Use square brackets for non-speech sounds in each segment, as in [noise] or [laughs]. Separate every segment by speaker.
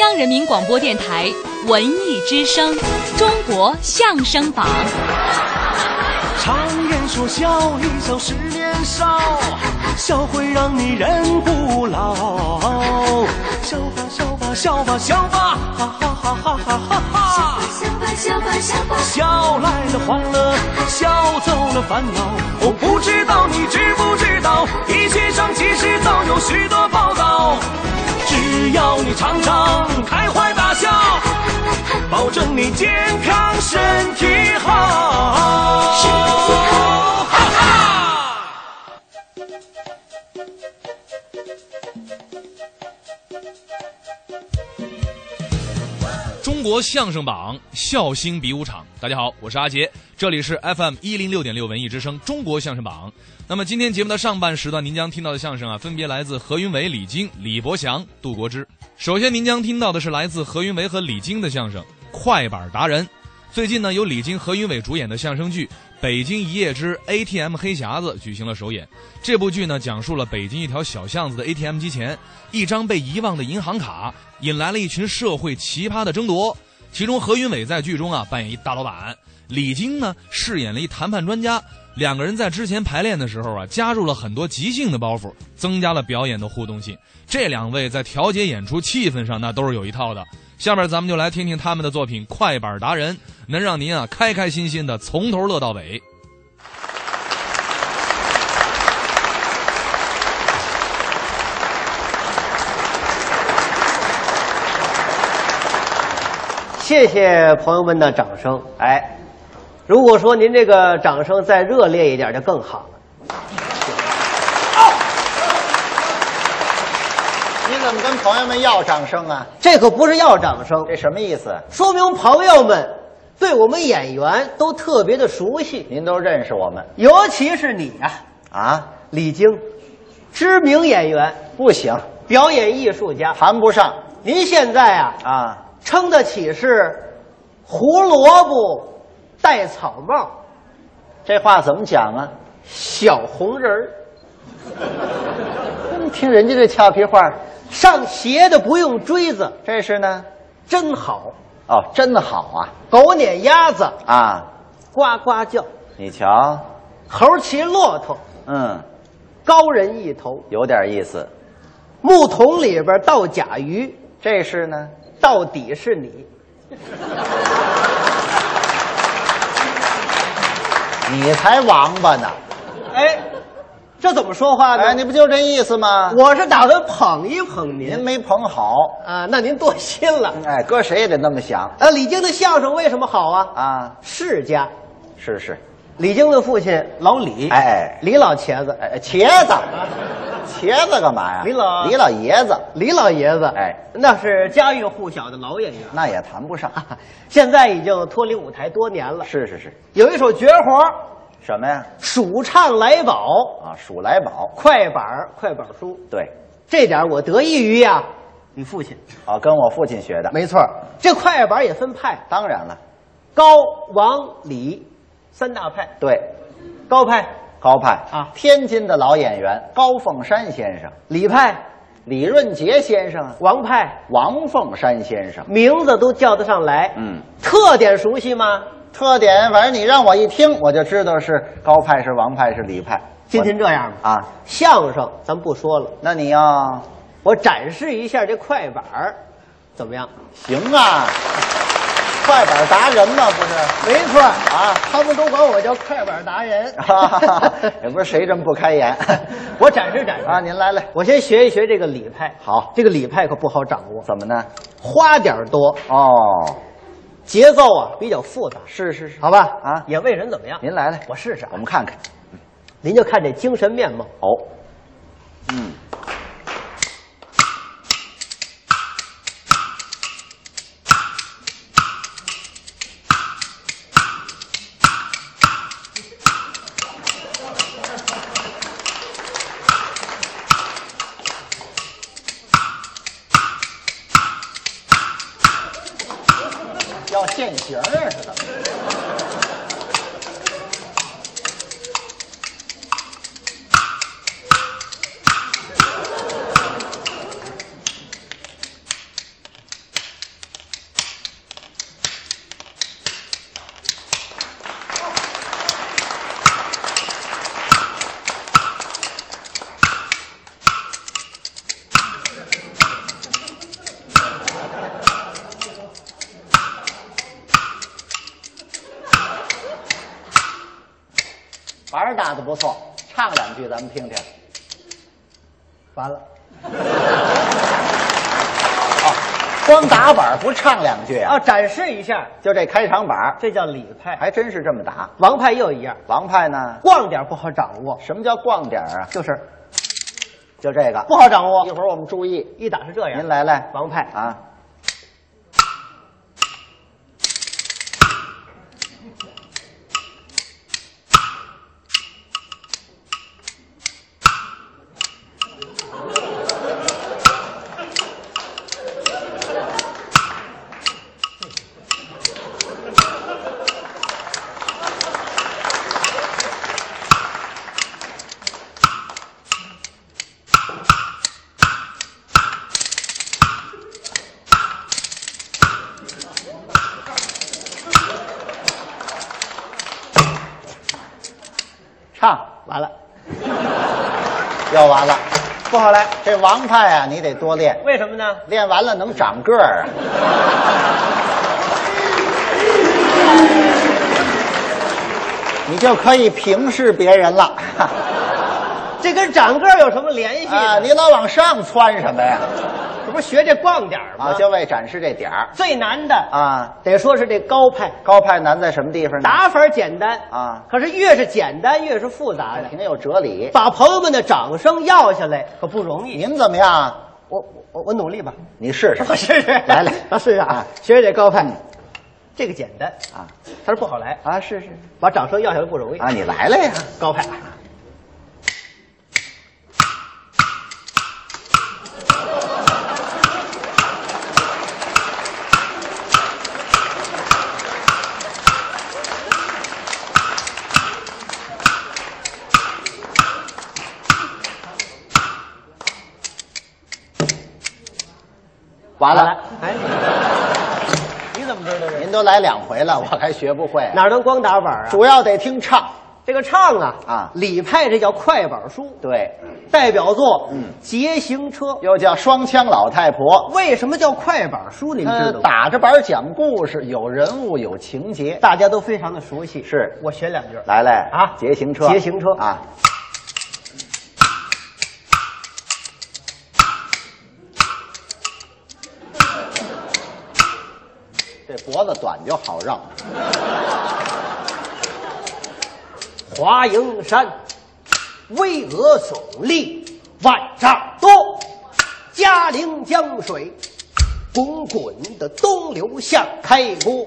Speaker 1: 央人民广播电台文艺之声《中国相声榜》。
Speaker 2: 常言说笑，一笑十年少，笑会让你人不老。笑吧笑吧笑吧笑吧，哈哈哈哈哈哈哈！
Speaker 3: 笑吧笑吧笑吧
Speaker 2: 笑来了欢乐，笑走了烦恼。我不知道你知不知道，一切上其实早有许多报道。只要你常常开怀大笑，保证你健康身体好。身体好，哈哈。
Speaker 4: 中国相声榜，笑星比武场。大家好，我是阿杰，这里是 FM 一零六点六文艺之声《中国相声榜》。那么今天节目的上半时段，您将听到的相声啊，分别来自何云伟、李菁、李伯祥、杜国之。首先，您将听到的是来自何云伟和李菁的相声《快板达人》。最近呢，由李菁、何云伟主演的相声剧《北京一夜之 ATM 黑匣子》举行了首演。这部剧呢，讲述了北京一条小巷子的 ATM 机前，一张被遗忘的银行卡引来了一群社会奇葩的争夺。其中，何云伟在剧中啊扮演一大老板，李菁呢饰演了一谈判专家。两个人在之前排练的时候啊，加入了很多即兴的包袱，增加了表演的互动性。这两位在调节演出气氛上，那都是有一套的。下面咱们就来听听他们的作品《快板达人》，能让您啊开开心心的从头乐到尾。
Speaker 5: 谢谢朋友们的掌声。哎，如果说您这个掌声再热烈一点，就更好了。
Speaker 6: 你怎么跟朋友们要掌声啊？
Speaker 5: 这可不是要掌声，
Speaker 6: 这什么意思？
Speaker 5: 说明朋友们对我们演员都特别的熟悉，
Speaker 6: 您都认识我们
Speaker 5: 尤其是你啊，
Speaker 6: 啊？
Speaker 5: 李菁，知名演员，
Speaker 6: 不行，
Speaker 5: 表演艺术家。
Speaker 6: 谈不上
Speaker 5: 您现在啊，
Speaker 6: 啊！
Speaker 5: 称得起是胡萝卜戴草帽，
Speaker 6: 这话怎么讲啊？
Speaker 5: 小红人儿。
Speaker 6: [laughs] 听人家这俏皮话，
Speaker 5: 上鞋的不用锥子，
Speaker 6: 这是呢？
Speaker 5: 真好。
Speaker 6: 哦，真好啊
Speaker 5: 狗撵鸭子，
Speaker 6: 啊！
Speaker 5: 呱呱叫；
Speaker 6: 你瞧，
Speaker 5: 猴骑骆驼，
Speaker 6: 嗯，
Speaker 5: 高人一头；
Speaker 6: 有点意思。
Speaker 5: 木桶里边倒甲鱼，
Speaker 6: 这是呢？
Speaker 5: 到底是你。
Speaker 6: [laughs] 你才王八呢！
Speaker 5: 哎，这怎么说话呢？
Speaker 6: 哎，你不就这意思吗？
Speaker 5: 我是打算捧一捧
Speaker 6: 您
Speaker 5: 您
Speaker 6: 没捧好。
Speaker 5: 啊，那您多心了。
Speaker 6: 哎，搁谁也得那么想
Speaker 5: 呃、李菁的相声为什么好啊？
Speaker 6: 啊！
Speaker 5: 世家，
Speaker 6: 是是，
Speaker 5: 李菁的父亲老李，
Speaker 6: 哎
Speaker 5: 李老茄子，
Speaker 6: 哎，茄子，茄子干嘛呀？
Speaker 5: 李老
Speaker 6: 李老爷子，
Speaker 5: 李老爷子，
Speaker 6: 哎
Speaker 5: 那是家喻户晓的老演员，
Speaker 6: 那也谈不上。
Speaker 5: [laughs] 现在已经脱离舞台多年了。
Speaker 6: 是是是，
Speaker 5: 有一首绝活，
Speaker 6: 什么呀？
Speaker 5: 数唱来宝，
Speaker 6: 啊，数来宝，
Speaker 5: 快板儿快板儿书，
Speaker 6: 对，
Speaker 5: 这点儿我得益于呀、你父亲。
Speaker 6: 啊，跟我父亲学的，
Speaker 5: 没错儿，这快板儿也分派，
Speaker 6: 当然了，
Speaker 5: 高、王、李三大派。
Speaker 6: 对，
Speaker 5: 高派、
Speaker 6: 高派
Speaker 5: 啊
Speaker 6: 天津的老演员高凤山先生，
Speaker 5: 李派、
Speaker 6: 李润杰先生啊，
Speaker 5: 王派，
Speaker 6: 王凤山先生，
Speaker 5: 名字都叫得上来。
Speaker 6: 嗯，
Speaker 5: 特点熟悉吗？
Speaker 6: 特点反正你让我一听，我就知道是高派是王派是李派。
Speaker 5: 今天这样吧，
Speaker 6: 啊，
Speaker 5: 相声咱不说了，
Speaker 6: 那你要
Speaker 5: 我展示一下这快板儿，怎么样？
Speaker 6: 行啊，快板达人嘛，不是？
Speaker 5: 没错儿，
Speaker 6: 啊，
Speaker 5: 他们都管我叫快板儿达人，
Speaker 6: [laughs] 也不是谁这么不开眼
Speaker 5: [laughs] 我展示展示
Speaker 6: 啊，您来来，
Speaker 5: 我先学一学这个李派。
Speaker 6: 好
Speaker 5: 这个李派可不好掌握，
Speaker 6: 怎么呢？
Speaker 5: 花点儿多，
Speaker 6: 哦，
Speaker 5: 节奏啊比较复杂，
Speaker 6: 是是是，
Speaker 5: 好吧？
Speaker 6: 啊
Speaker 5: 也为人怎么样？
Speaker 6: 您来来，
Speaker 5: 我试试啊
Speaker 6: 我们看看。
Speaker 5: 您就看这精神面貌，
Speaker 6: 哦，嗯，要现形儿啊，是怎么？不错，唱两句咱们听听。 [laughs]
Speaker 5: 完了
Speaker 6: 啊光打板不唱两句啊
Speaker 5: 啊！？展示一下，
Speaker 6: 就这开场板，
Speaker 5: 这叫礼派。
Speaker 6: 还真是这么打。
Speaker 5: 王派又一样，
Speaker 6: 王派呢？
Speaker 5: 逛点不好掌握，
Speaker 6: 什么叫逛点儿啊？
Speaker 5: 就是啊
Speaker 6: 就这个
Speaker 5: 不好掌
Speaker 6: 一
Speaker 5: 握。
Speaker 6: 会儿我们注意，
Speaker 5: 一打是这样，
Speaker 6: 您来来
Speaker 5: 王派
Speaker 6: 啊。唱完了， [laughs] 要完了，不好来。这王派啊，你得多练，
Speaker 5: 为什么呢？
Speaker 6: 练完了能长个儿啊。你就可以平视别人了
Speaker 5: [laughs] 这跟长个儿有什么联系呢
Speaker 6: 啊！你老往上窜什么呀？
Speaker 5: 这不是学这逛点儿吗？
Speaker 6: 啊，就为展示这点儿
Speaker 5: 最难的啊，
Speaker 6: 啊。
Speaker 5: 得说是这高派，
Speaker 6: 高派难在什么地方呢？
Speaker 5: 打法简单
Speaker 6: 啊
Speaker 5: 可是越是简单越是复杂的，
Speaker 6: 挺有哲理。
Speaker 5: 把朋友们的掌声要下来可不容易。
Speaker 6: 您怎么样？
Speaker 5: 我我我努力吧，
Speaker 6: 你
Speaker 5: [laughs]
Speaker 6: 试试，
Speaker 5: 我试试，
Speaker 6: 来来，
Speaker 5: [laughs] 咱试试啊，学学这高派，这个简单，
Speaker 6: 啊
Speaker 5: 他说不好来，
Speaker 6: 啊，试试
Speaker 5: 把掌声要下来不容易
Speaker 6: 啊，。你来了呀。
Speaker 5: 高派，
Speaker 6: 完
Speaker 5: 好
Speaker 6: 了，
Speaker 5: 了，哎，你怎么知道的？
Speaker 6: 您都来两回了，我还学不会。
Speaker 5: 哪能光打板啊？
Speaker 6: 主要得听唱。
Speaker 5: 这个唱啊
Speaker 6: 啊
Speaker 5: 李派这叫快板书，
Speaker 6: 对，
Speaker 5: 嗯代表作《
Speaker 6: 嗯
Speaker 5: 捷行车》。
Speaker 6: 又叫双枪老太婆，
Speaker 5: 为什么叫快板书？您
Speaker 6: 她
Speaker 5: 知道吗？
Speaker 6: 打着板儿讲故事，有人物，有情节。
Speaker 5: 大家都非常的熟悉。
Speaker 6: 是
Speaker 5: 我学两句儿。
Speaker 6: 来来
Speaker 5: 啊
Speaker 6: 捷行车，
Speaker 5: 捷行车
Speaker 6: 啊，这脖子短就好绕，
Speaker 5: 华蓥山，巍峨耸立万丈多；嘉陵江水，滚滚的东流向开锅。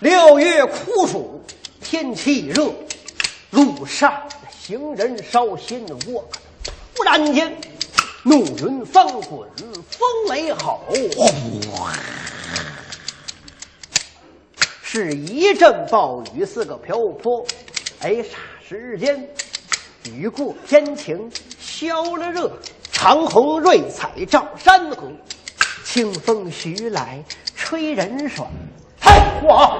Speaker 5: 六月酷暑，天气热，路上行人烧心窝。忽然间，怒云翻滚，风雷吼，是一阵暴雨似个瓢泼，哎，霎时间，雨过天晴，消了热，长虹瑞彩照山河，清风徐来吹人爽，嘿，我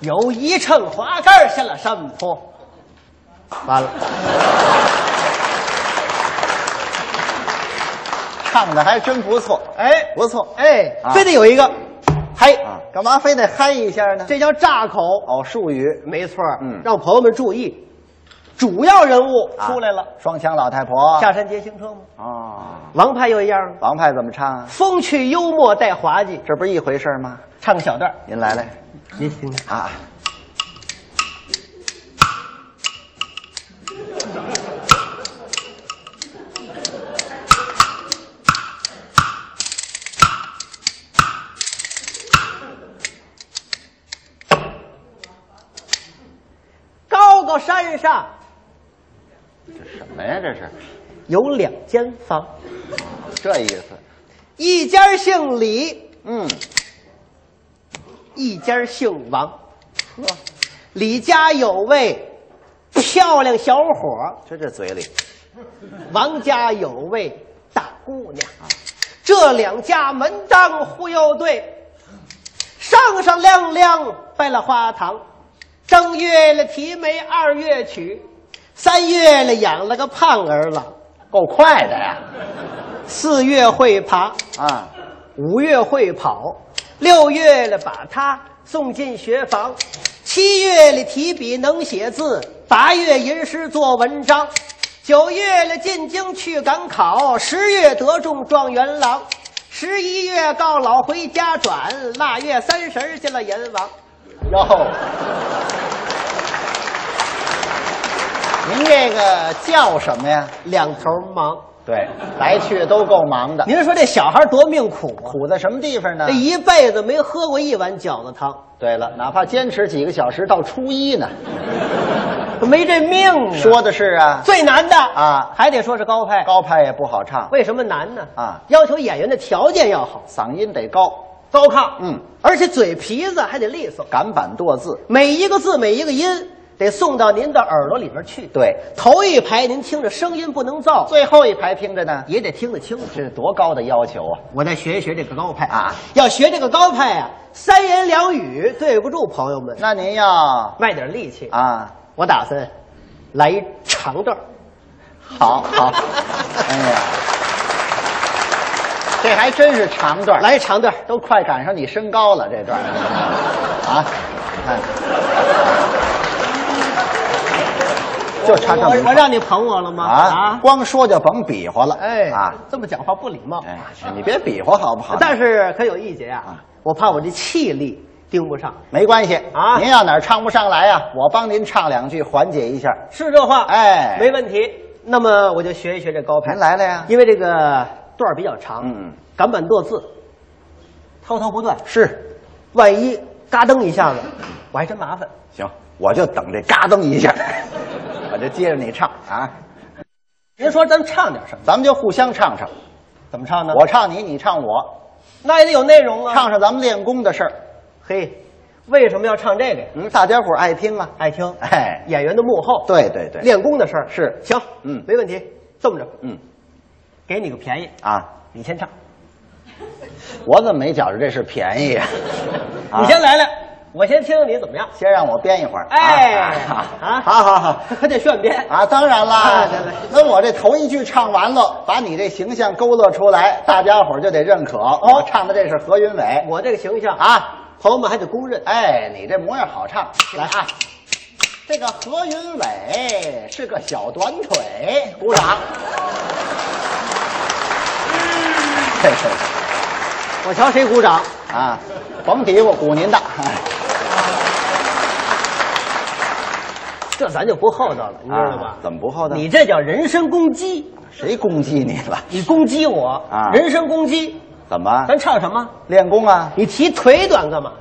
Speaker 5: 有一乘滑竿下了山坡，完了，
Speaker 6: 唱的还真不错，
Speaker 5: 哎，
Speaker 6: 不错。
Speaker 5: 哎，
Speaker 6: 啊
Speaker 5: 非得有一个，嘿，
Speaker 6: 啊，干嘛非得嗨一下呢？
Speaker 5: 这叫炸口，
Speaker 6: 哦，术语
Speaker 5: 没错，
Speaker 6: 嗯
Speaker 5: 让朋友们注意，主要人物
Speaker 6: 啊
Speaker 5: 出来了。
Speaker 6: 双枪老太婆
Speaker 5: 下山接行车吗？
Speaker 6: 哦，
Speaker 5: 王派又一样，
Speaker 6: 王派怎么唱啊？
Speaker 5: 风趣幽默带滑稽，
Speaker 6: 这不是一回事儿吗？
Speaker 5: 唱个小段儿，
Speaker 6: 您来来
Speaker 5: 您听听。
Speaker 6: 啊，
Speaker 5: 高高山上
Speaker 6: 什么
Speaker 5: 哎
Speaker 6: 呀？这是
Speaker 5: 有两间房，
Speaker 6: 这意思？
Speaker 5: 一家姓李，
Speaker 6: 嗯，
Speaker 5: 一家姓王。李家有位漂亮小伙儿，
Speaker 6: 这这嘴里
Speaker 5: [laughs] 王家有位大姑娘。这两家门当户又对，上上亮亮拜了花堂，正月了提媒二月娶，三月了养了个胖儿郎，
Speaker 6: 够快的呀！
Speaker 5: 四月会爬，
Speaker 6: 啊，
Speaker 5: 五月会跑，六月了把他送进学房，七月里提笔能写字，八月吟诗做文章，九月里进京去赶考，十月得中状元郎，十一月告老回家转，腊月三十儿见了阎王。
Speaker 6: [laughs] 哟，您这个叫什么呀？
Speaker 5: 两头忙，
Speaker 6: 对，来去都够忙的。
Speaker 5: 您说这小孩多命苦啊！
Speaker 6: 苦在什么地方呢
Speaker 5: 这？一辈子没喝过一碗饺子汤，
Speaker 6: 对了，哪怕坚持几个小时到初一呢。
Speaker 5: 没这命啊！
Speaker 6: 说的是啊，
Speaker 5: 最难的
Speaker 6: 啊
Speaker 5: 还得说是高派。
Speaker 6: 高派也不好唱，
Speaker 5: 为什么难呢？
Speaker 6: 啊
Speaker 5: 要求演员的条件要好，
Speaker 6: 嗓音得高，
Speaker 5: 高亢，
Speaker 6: 嗯，
Speaker 5: 而且嘴皮子还得利索，
Speaker 6: 赶板剁字。
Speaker 5: 每一个字每一个音得送到您的耳朵里边去。，
Speaker 6: 对，
Speaker 5: 头一排您听着声音不能造，
Speaker 6: 最后一排听着呢，
Speaker 5: 也得听得清楚。
Speaker 6: 这是多高的要求啊！
Speaker 5: 我再学一学这个高派
Speaker 6: 啊，
Speaker 5: 要学这个高派啊，三言两语对不住朋友们，
Speaker 6: 那您要
Speaker 5: 卖点力气。
Speaker 6: 啊，
Speaker 5: 我打算来一长段儿，
Speaker 6: 好好，哎呀，这还真是长段儿，
Speaker 5: 来一长段儿。
Speaker 6: 都快赶上你身高了这段儿啊，你看，就差这
Speaker 5: 我
Speaker 6: 么一
Speaker 5: 我
Speaker 6: 块儿
Speaker 5: 让你捧我了吗？
Speaker 6: 啊，光说就甭比划了，
Speaker 5: 哎
Speaker 6: 啊，
Speaker 5: 这么讲话不礼貌。
Speaker 6: 哎，你别比划好不好？
Speaker 5: 但是可有一节啊
Speaker 6: 啊，
Speaker 5: 我怕我这气力盯不上，
Speaker 6: 没关系
Speaker 5: 啊
Speaker 6: 您要哪儿唱不上来啊，我帮您唱两句缓解一下。
Speaker 5: 是这话，
Speaker 6: 哎
Speaker 5: 没问题。那么我就学一学这高派
Speaker 6: 您，来了呀？
Speaker 5: 因为这个段儿比较长，
Speaker 6: 嗯，
Speaker 5: 赶板剁字，滔滔不断，
Speaker 6: 是，
Speaker 5: 万一嘎噔一下子，我还真麻烦。
Speaker 6: 行，我就等这嘎噔一下， [laughs] 我就接着你唱啊，
Speaker 5: 您说咱唱点什么？
Speaker 6: 咱们就互相唱唱，
Speaker 5: 怎么唱呢？
Speaker 6: 我唱你，你唱我，
Speaker 5: 那也得有内容啊。
Speaker 6: 唱上咱们练功的事儿，
Speaker 5: 嘿，为什么要唱这个呀？
Speaker 6: 嗯，大家伙儿爱听啊。
Speaker 5: 爱听，
Speaker 6: 哎
Speaker 5: 演员的幕后，
Speaker 6: 对对对，
Speaker 5: 练功的事儿
Speaker 6: 是
Speaker 5: 行，
Speaker 6: 嗯
Speaker 5: 没问题。这么着，
Speaker 6: 嗯
Speaker 5: 给你个便宜，
Speaker 6: 啊，
Speaker 5: 你先唱，
Speaker 6: 我怎么没觉着这是便宜呀、
Speaker 5: [laughs]
Speaker 6: 啊？
Speaker 5: 你先来来，我先听听你怎么样。
Speaker 6: 先让我编一会儿。
Speaker 5: 哎
Speaker 6: 啊
Speaker 5: 啊
Speaker 6: 啊， [laughs] 好好好。
Speaker 5: 还 [laughs] 得炫编
Speaker 6: 啊，当然啦
Speaker 5: 来来来，
Speaker 6: 那我这头一句唱完了，把你这形象勾勒
Speaker 5: [laughs]
Speaker 6: 出来，大家伙儿就得认可。我唱的这是何云伟
Speaker 5: 哦我这个形象，
Speaker 6: 啊，
Speaker 5: 朋友们还得公认。
Speaker 6: 哎，你这模样好唱，来啊！这个何云伟是个小短腿，鼓掌。嘿嘿嘿
Speaker 5: 我瞧谁鼓掌？哎
Speaker 6: 啊，甭嘀咕，鼓您的。
Speaker 5: 这咱就不厚道了，你知道吧
Speaker 6: 啊？怎么不厚道
Speaker 5: 你这叫人身攻击，
Speaker 6: 谁攻击你了？
Speaker 5: 你攻击我
Speaker 6: 啊
Speaker 5: 人身攻击，
Speaker 6: 怎么
Speaker 5: 咱唱什么？
Speaker 6: 练功啊？
Speaker 5: 你提腿短干嘛？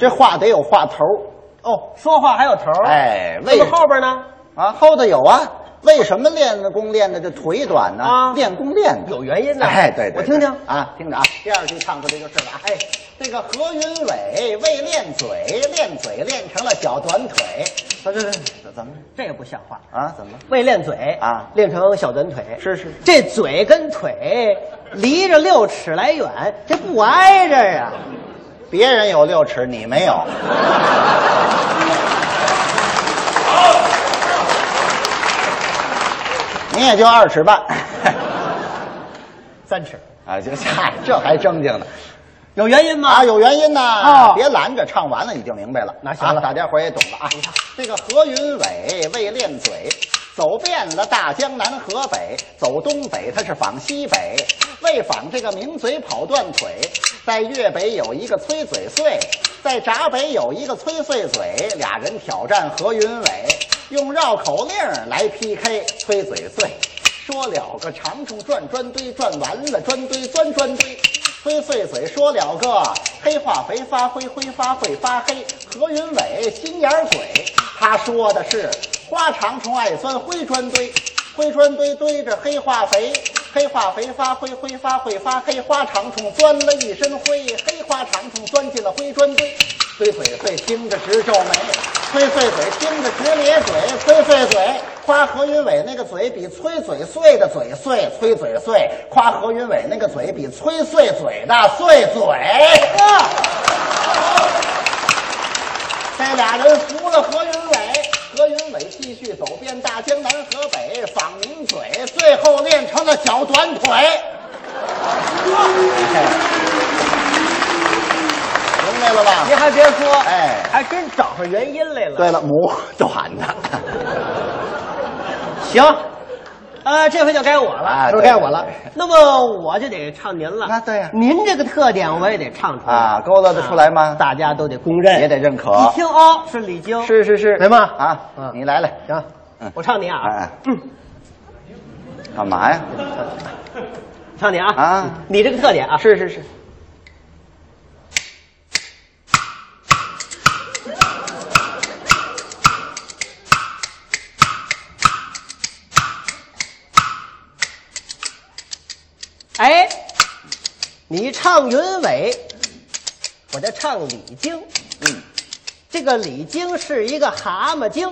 Speaker 6: 这话得有话头儿
Speaker 5: 哦，说话还有头儿。
Speaker 6: 哎
Speaker 5: 那
Speaker 6: 为
Speaker 5: 么后边呢？
Speaker 6: 啊，后头有啊。为什么练的功练的这腿短呢？
Speaker 5: 啊
Speaker 6: 练功练的
Speaker 5: 有原因的
Speaker 6: 哎，对对，
Speaker 5: 我听听
Speaker 6: 对啊，听着啊，第二句唱出来就是了啊。哎，这个何云伟为练嘴，练嘴练成了小短腿。这这这怎么
Speaker 5: 呃这个不像话。
Speaker 6: 啊？怎么
Speaker 5: 为练嘴
Speaker 6: 啊
Speaker 5: 练成小短腿
Speaker 6: 是是
Speaker 5: 这嘴跟腿离着六尺来远，这不挨着呀。
Speaker 6: 别人有六尺，你没有？你也就二尺半。
Speaker 5: 三尺，
Speaker 6: 啊，这嗨，这还正经呢。
Speaker 5: 有原因吗？
Speaker 6: 啊，有原因呐！
Speaker 5: 哦
Speaker 6: 别拦着，唱完了你就明白了。
Speaker 5: 那行了
Speaker 6: 啊大家伙儿也懂了啊。这个何云伟为练嘴，走遍了大江南河北，走东北他是访西北，为访这个名嘴跑断腿。在粤北有一个崔嘴碎，在闸北有一个崔碎嘴，俩人挑战何云伟，用绕口令儿来 PK 崔嘴碎。说了个长虫转砖堆，转完了砖堆钻砖堆。崔碎嘴说了个黑化肥发灰，灰发会发黑。何云伟心眼儿鬼，他说的是花长虫爱钻灰砖堆，灰砖堆堆着黑化肥，黑化肥发灰，灰发会发黑。花长虫钻了一身灰，黑花长虫钻进了灰砖堆。崔嘴嘴听着直皱眉，崔碎嘴听着直咧嘴，崔碎嘴夸何云伟那个嘴比崔嘴碎的嘴碎，崔嘴碎夸何云伟那个嘴比崔碎嘴的碎嘴。啊这俩人服了何云伟，何云伟继续走遍大江南河北，访名嘴，最后练成了小短腿。白了吧？
Speaker 5: 您还别说，
Speaker 6: 哎
Speaker 5: 还真找上原因来了。
Speaker 6: 对了，母短的，
Speaker 5: [laughs] 行，呃，这回就该我了，
Speaker 6: 啊
Speaker 5: 这回该我了
Speaker 6: 对对。
Speaker 5: 那么我就得唱您了。
Speaker 6: 啊对呀
Speaker 5: 您这个特点我也得唱出来
Speaker 6: 啊勾勒得出来吗
Speaker 5: 啊大家都得公认，
Speaker 6: 也得认可。
Speaker 5: 一听哦，是李菁，
Speaker 6: 是是是，
Speaker 5: 对吗？
Speaker 6: 啊，你来来，
Speaker 5: 行
Speaker 6: 嗯，
Speaker 5: 我唱你啊，
Speaker 6: 哎
Speaker 5: 嗯，
Speaker 6: 干嘛呀？
Speaker 5: 唱你啊
Speaker 6: 啊
Speaker 5: 你这个特点啊，是是是。哎，你唱云伟，我就唱李菁。
Speaker 6: 嗯，
Speaker 5: 这个李菁是一个蛤蟆
Speaker 6: [laughs]
Speaker 5: 精，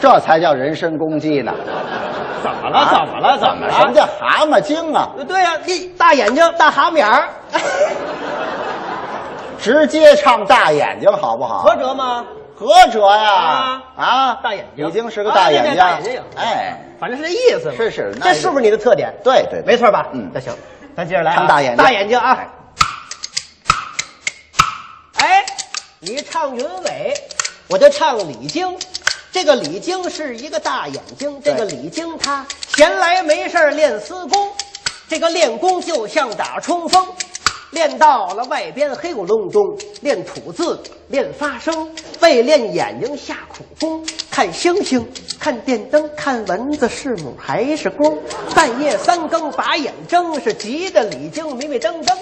Speaker 6: 这才叫人身攻击呢！
Speaker 5: 啊怎么
Speaker 6: 啊什么叫蛤蟆精啊？
Speaker 5: 对呀、你大眼睛，大蛤蟆眼儿，
Speaker 6: 直接唱大眼睛好不好？
Speaker 5: 合辙吗？
Speaker 6: 何哲呀！
Speaker 5: 啊
Speaker 6: 啊，
Speaker 5: 大眼睛
Speaker 6: 已经是个大眼睛，
Speaker 5: 啊对对大眼睛
Speaker 6: 哎，
Speaker 5: 反正是这意思嘛。
Speaker 6: 是是那
Speaker 5: 这是不是你的特点？
Speaker 6: 对对，对
Speaker 5: 没错吧？
Speaker 6: 嗯
Speaker 5: 那行，咱接着来啊、
Speaker 6: 唱大眼睛
Speaker 5: 大眼睛啊
Speaker 6: 哎！
Speaker 5: 哎，你唱云伟，我就唱李菁。这个李菁是一个大眼睛，这
Speaker 6: 对
Speaker 5: 个李菁他闲来没事儿练私功，这个练功就像打冲锋，练到了外边黑咕隆咚，练吐字，练发声，为练眼睛下苦功，看星星，看电灯，看蚊子是母还是公，半夜三更把眼睁，是急得李菁迷迷瞪瞪。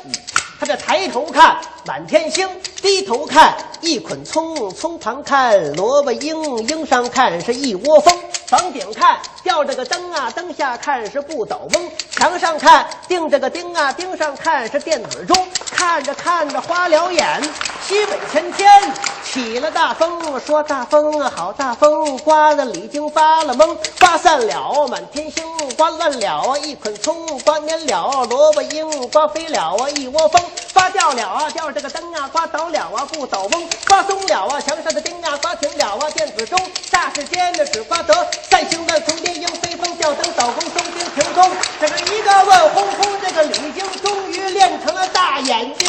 Speaker 5: 他这抬头看满天星，低头看一捆葱，葱旁看萝卜缨，缨上看是一窝蜂。房顶看吊着个灯啊，灯下看是不倒翁。墙上看钉着个钉啊，钉上看是电子钟。看着看着花了眼，西北前天起了大风，说大风啊好大风，刮得李菁发了懵，刮散了满天星，刮乱了一捆葱，刮蔫了萝卜缨，刮飞了啊一窝蜂，刮掉了啊掉这个灯啊，刮倒了啊不倒翁，刮松了啊墙上的钉啊，刮停了啊电子钟，霎时间呢只刮得扇形的铜蝶鹰，飞风吊灯倒弓松兵停钟，这个一个乱哄哄，这个李菁终于练成了大眼睛。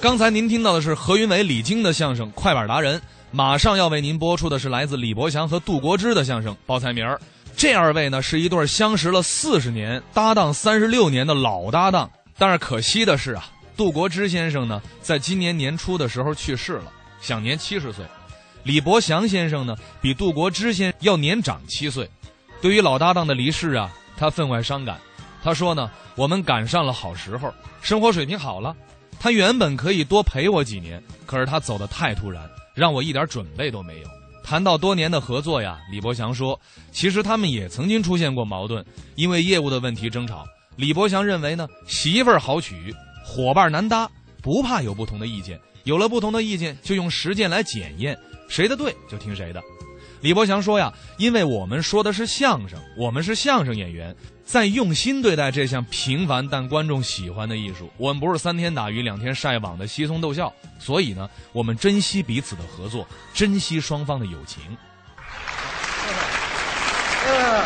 Speaker 4: 刚才您听到的是何云伟、李菁的相声《快板达人》，马上要为您播出的是来自李伯祥和杜国之的相声《报菜名儿》。这二位呢是一对相识了四十年、搭档三十六年的老搭档，但是可惜的是啊，杜国之先生呢在今年年初的时候去世了，享年七十岁。李伯祥先生呢比杜国之先要年长七岁，对于老搭档的离世啊，他分外伤感。他说呢，我们赶上了好时候，生活水平好了。他原本可以多陪我几年，可是他走得太突然，让我一点准备都没有。谈到多年的合作呀，李伯祥说，其实他们也曾经出现过矛盾，因为业务的问题争吵。李伯祥认为呢，媳妇儿好娶，伙伴难搭，不怕有不同的意见，有了不同的意见就用实践来检验，谁的对就听谁的。李伯祥说呀，因为我们说的是相声，我们是相声演员，在用心对待这项平凡但观众喜欢的艺术。我们不是三天打鱼两天晒网的稀松逗笑，所以呢，我们珍惜彼此的合作，珍惜双方的友情。
Speaker 3: 嗯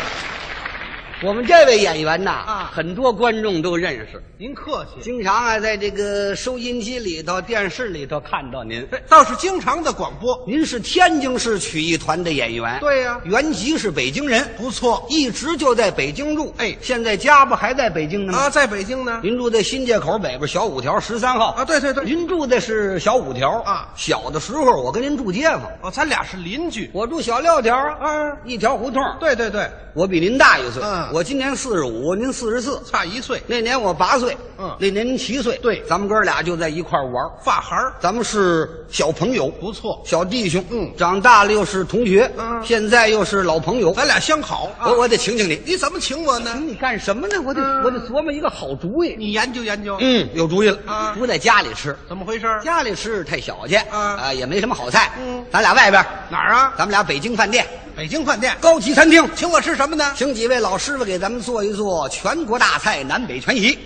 Speaker 3: 我们这位演员呐，
Speaker 5: 啊
Speaker 3: 很多观众都认识，
Speaker 5: 您客气，
Speaker 3: 经常啊在这个收音机里头、电视里头看到您。
Speaker 5: 倒是经常的广播。
Speaker 3: 您是天津市曲艺团的演员，
Speaker 5: 对呀
Speaker 3: 原籍是北京人，
Speaker 5: 不错
Speaker 3: 一直就在北京住。
Speaker 5: 哎
Speaker 3: 现在家不还在北京呢吗？
Speaker 5: 啊，在北京呢。
Speaker 3: 您住在新街口北边小五条十三号
Speaker 5: 啊对对对
Speaker 3: 您住的是小五条
Speaker 5: 啊
Speaker 3: 小的时候我跟您住街坊，
Speaker 5: 哦，咱俩是邻居。
Speaker 3: 我住小六条
Speaker 5: 啊
Speaker 3: 一条胡同。，
Speaker 5: 对对对，
Speaker 3: 我比您大一岁，
Speaker 5: 嗯
Speaker 3: 我今年四十五，您四十四，
Speaker 5: 差一岁，
Speaker 3: 那年我八岁，
Speaker 5: 嗯
Speaker 3: 那年您七岁，
Speaker 5: 对
Speaker 3: 咱们哥俩就在一块儿玩儿
Speaker 5: 发孩儿
Speaker 3: 咱们是小朋友，
Speaker 5: 不错。
Speaker 3: 小弟兄，
Speaker 5: 嗯
Speaker 3: 长大了又是同学，
Speaker 5: 嗯
Speaker 3: 现在又是老朋友，
Speaker 5: 咱俩相好啊
Speaker 3: 我我得请请你，
Speaker 5: 你怎么请我呢？嗯
Speaker 3: 请你干什么呢？我得、我得琢磨一个好主意。
Speaker 5: 你研究研究。
Speaker 3: 嗯，有主意了，
Speaker 5: 啊
Speaker 3: 不在家里吃，
Speaker 5: 怎么回事儿？
Speaker 3: 家里吃太小去，
Speaker 5: 啊
Speaker 3: 也没什么好菜，
Speaker 5: 嗯
Speaker 3: 咱俩外边儿，
Speaker 5: 哪儿啊？
Speaker 3: 咱们俩北京饭店
Speaker 5: 北京饭店。
Speaker 3: 高级餐厅，
Speaker 5: 请我吃什么呢？
Speaker 3: 请几位老师傅给咱们做一做全国大菜南北全席。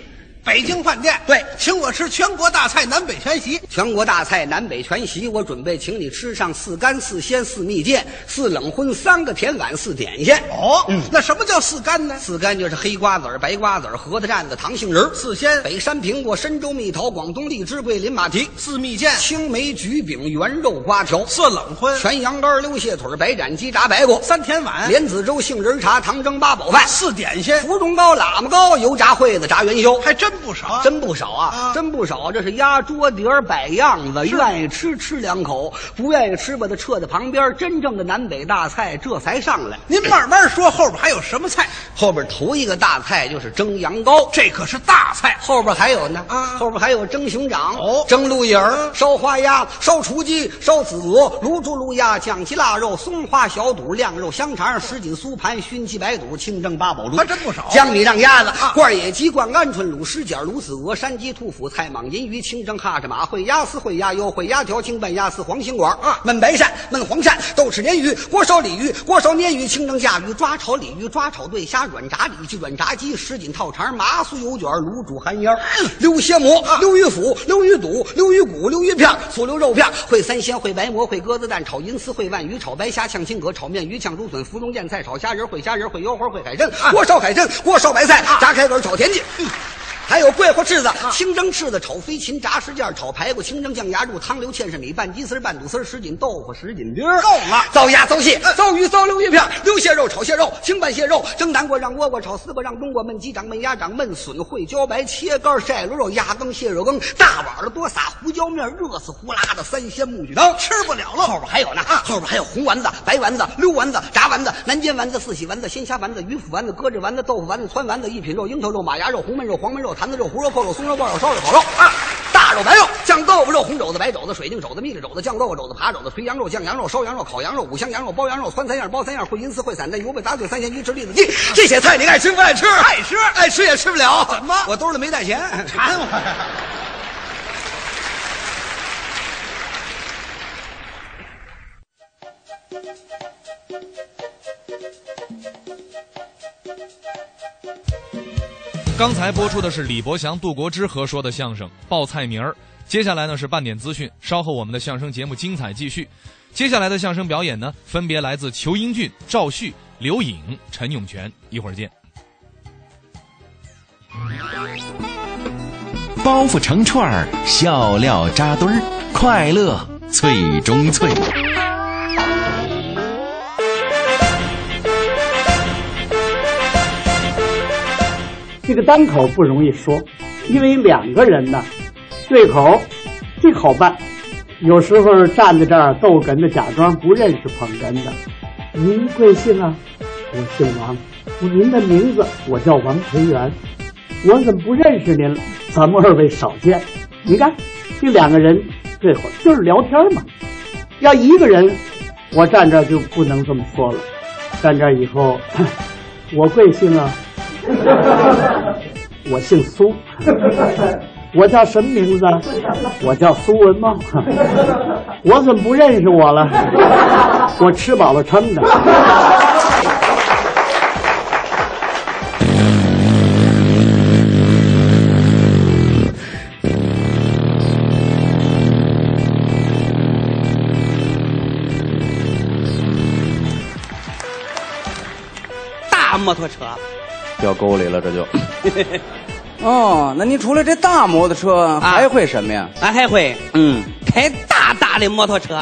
Speaker 5: 北京饭店，
Speaker 3: 对
Speaker 5: 请我吃全国大菜南北全席。
Speaker 3: 全国大菜南北全席，我准备请你吃上四干、四鲜、四蜜饯、四冷荤、三个甜碗、四点心。
Speaker 5: 哦，那什么叫四干呢？
Speaker 3: 四干就是黑瓜子儿、白瓜子儿、核桃蘸子、糖杏仁儿；
Speaker 5: 四鲜
Speaker 3: 北山苹果、深州蜜桃、广东荔枝、桂林马蹄；
Speaker 5: 四蜜饯、
Speaker 3: 青梅、橘饼、圆肉、瓜条；
Speaker 5: 四冷荤、
Speaker 3: 全羊肝、溜蟹腿、白斩鸡、炸白果；
Speaker 5: 三甜碗、
Speaker 3: 莲子粥、杏仁茶、糖蒸八宝饭；
Speaker 5: 四点心，
Speaker 3: 芙蓉糕、喇嘛糕、油炸烩子、炸元宵。
Speaker 5: 还真不少啊。
Speaker 3: 真不少啊，
Speaker 5: 啊
Speaker 3: 真不少。这是压桌碟儿摆样子，愿意吃吃两口，不愿意吃把它撤在旁边儿。真正的南北大菜这才上来。
Speaker 5: 您慢慢说，后边还有什么菜？
Speaker 3: 后边头一个大菜就是蒸羊羔，
Speaker 5: 这可是大菜，
Speaker 3: 后边还有呢，
Speaker 5: 啊
Speaker 3: 后边还有蒸熊掌，
Speaker 5: 哦
Speaker 3: 蒸鹿眼儿、烧花鸭、烧雏鸡、烧子鹅、卤猪、卤鸭、酱鸡腊肉、松花小肚、晾肉香肠、什锦酥盘、熏鸡白肚、清蒸八宝猪，
Speaker 5: 还真不少
Speaker 3: 江米让鸭子、
Speaker 5: 啊
Speaker 3: 罐野鸡、灌鹌鹑、卤狮角、卤子鹅、山鸡、兔脯、菜蟒、银鱼、清蒸哈什马、烩鸭丝、烩鸭腰、烩鸭条、清拌鸭丝、黄心管
Speaker 5: 啊
Speaker 3: 焖白鳝、焖黄鳝、豆豉鲶鱼、锅烧鲤鱼、锅烧鲶鱼、清蒸甲鱼、抓炒鲤鱼、抓炒对虾、软炸里脊、软炸鸡、什锦套肠、麻酥油卷、卤煮寒烟、
Speaker 5: 嗯
Speaker 3: 溜蝎蘑、溜鱼腐、溜鱼肚、溜鱼骨、溜鱼片、醋溜肉片、烩三鲜、烩白蘑、烩鸽子蛋、炒银丝、烩万鱼、炒白虾、炝青蛤、炒面鱼、炝竹笋、芙蓉燕菜、炒虾仁、烩虾仁、烩腰花、烩海参、
Speaker 5: 啊
Speaker 3: 锅烧海参、锅烧白菜、炸开水、炒田鸡。
Speaker 5: 嗯
Speaker 3: 还有桂花柿子、
Speaker 5: 啊
Speaker 3: 清蒸柿子、炒飞禽、炸石件、炒排骨、清蒸酱鸭肉、汤溜芡实米、拌鸡丝、拌肚丝、什锦豆腐、什锦丁儿。
Speaker 5: 够了嗯
Speaker 3: 糟鸭、糟蟹、糟鱼、糟溜鱼片、溜蟹肉、炒蟹肉、清拌蟹肉、蒸南瓜、让倭瓜、炒丝瓜、让冬瓜、焖鸡掌、焖鸭掌、焖笋、烩茭白、切肝、晒螺肉、鸭羹、蟹肉羹。大碗的多撒胡椒面，热死呼啦的三鲜木须汤，吃不了了。后边还有呢，后边还有红丸子、白丸子、溜丸子、炸丸子、南煎丸子、四喜丸子、鲜虾丸子、鱼腐丸子、鸽子丸子、豆腐丸子、汆丸子、一品肉、樱桃肉、马牙肉、红焖肉、黄焖肉、坛子肉、胡肉、扣肉、松肉、爆肉、烧肉、烤肉啊。大肉、白肉、酱豆腐肉、红肘子、白肘子、水晶肘子、蜜里肘子、酱豆腐肘子、扒肘子、肥羊肉、酱羊肉、烧羊肉、烤羊肉、五香羊肉、包羊肉、酸三样、包三样、烩银丝、烩散蛋、油焖杂碎、三鲜鱼、吃栗子鸡。啊这些菜你爱吃不爱吃？爱吃，爱吃也吃不了。
Speaker 5: 怎么
Speaker 3: 我兜里没带钱。
Speaker 5: 馋
Speaker 3: [laughs]
Speaker 5: 我。
Speaker 4: 刚才播出的是李伯祥、杜国之合说的相声《报菜名儿》，接下来呢是半点资讯，稍后我们的相声节目精彩继续。接下来的相声表演呢，分别来自裘英俊、赵旭、刘颖、陈永泉，一会儿见。
Speaker 7: 包袱成串儿，笑料扎堆儿，快乐最中脆。
Speaker 8: 这个单口不容易说，因为两个人呢，对口这好办，有时候站在这儿逗哏的假装不认识捧哏的，您贵姓啊？我姓王，您的名字我叫王培元，我怎么不认识您了？咱们二位少见，你看这两个人对口就是聊天嘛，要一个人，我站这儿就不能这么说了，站这儿以后， [laughs] 我贵姓啊？我姓苏，我叫什么名字？我叫苏文茂。我怎么不认识我了？我吃饱了撑的。
Speaker 5: 大摩托车，
Speaker 3: [laughs]
Speaker 9: 掉沟里了，这就。
Speaker 10: 哦，那您除了这大摩托车，
Speaker 11: 啊
Speaker 10: 还会什么呀？
Speaker 5: 俺还会
Speaker 10: 嗯，
Speaker 5: 开大大的摩托车，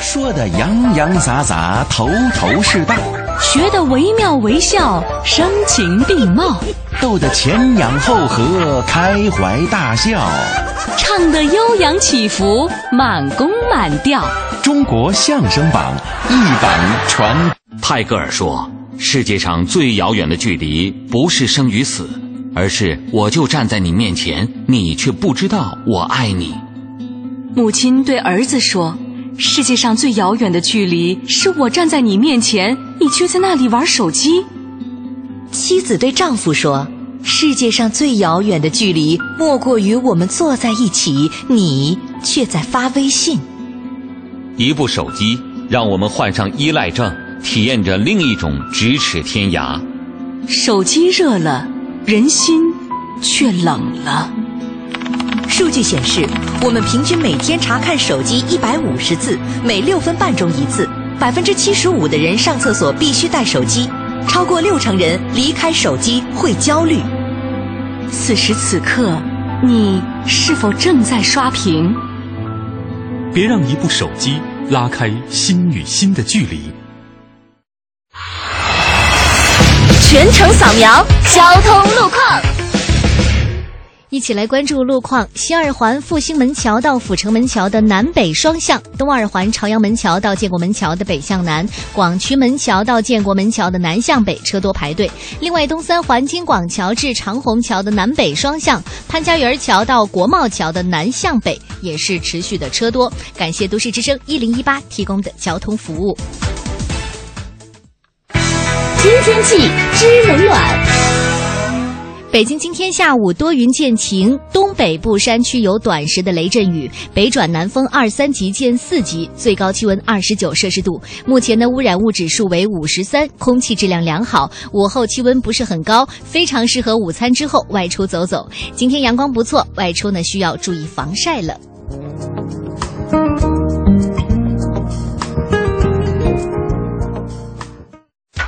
Speaker 7: 说的洋洋洒洒，头头是道，
Speaker 1: 学得惟妙惟肖，声情并茂，
Speaker 7: 逗得前仰后合，开怀大笑。
Speaker 1: 唱得悠扬起伏，满弓满调。
Speaker 7: 中国相声榜一榜传
Speaker 12: 泰戈尔说：“世界上最遥远的距离，不是生与死，而是我就站在你面前，你却不知道我爱你。
Speaker 1: 母亲对儿子说：“世界上最遥远的距离，是我站在你面前，你却在那里玩手机。”
Speaker 13: 妻子对丈夫说：“世界上最遥远的距离，莫过于我们坐在一起，你却在发微信。
Speaker 12: 一部手机让我们患上依赖症，体验着另一种咫尺天涯。
Speaker 13: 手机热了，人心却冷了。”数据显示，我们平均每天查看手机一百五十次，每六分半钟一次。百分之七十五的人上厕所必须带手机，超过六成人离开手机会焦虑。此时此刻，你是否正在刷屏？
Speaker 14: 别让一部手机拉开心与心的距离。
Speaker 1: 全程扫描交通路况。
Speaker 15: 一起来关注路况：西二环复兴门桥到阜成门桥的南北双向，东二环朝阳门桥到建国门桥的北向南，广渠门桥到建国门桥的南向北车多排队。另外，东三环京广桥至长虹桥的南北双向，潘家园桥到国贸桥的南向北也是持续的车多。感谢都市之声一零一八提供的交通服务。
Speaker 1: 今天气知冷暖。
Speaker 15: 北京今天下午多云见晴，东北部山区有短时的雷阵雨，北转南风二三级见四级，最高气温二十九摄氏度。目前的污染物指数为五十三，空气质量良好。午后气温不是很高，非常适合午餐之后外出走走。今天阳光不错，外出呢需要注意防晒了。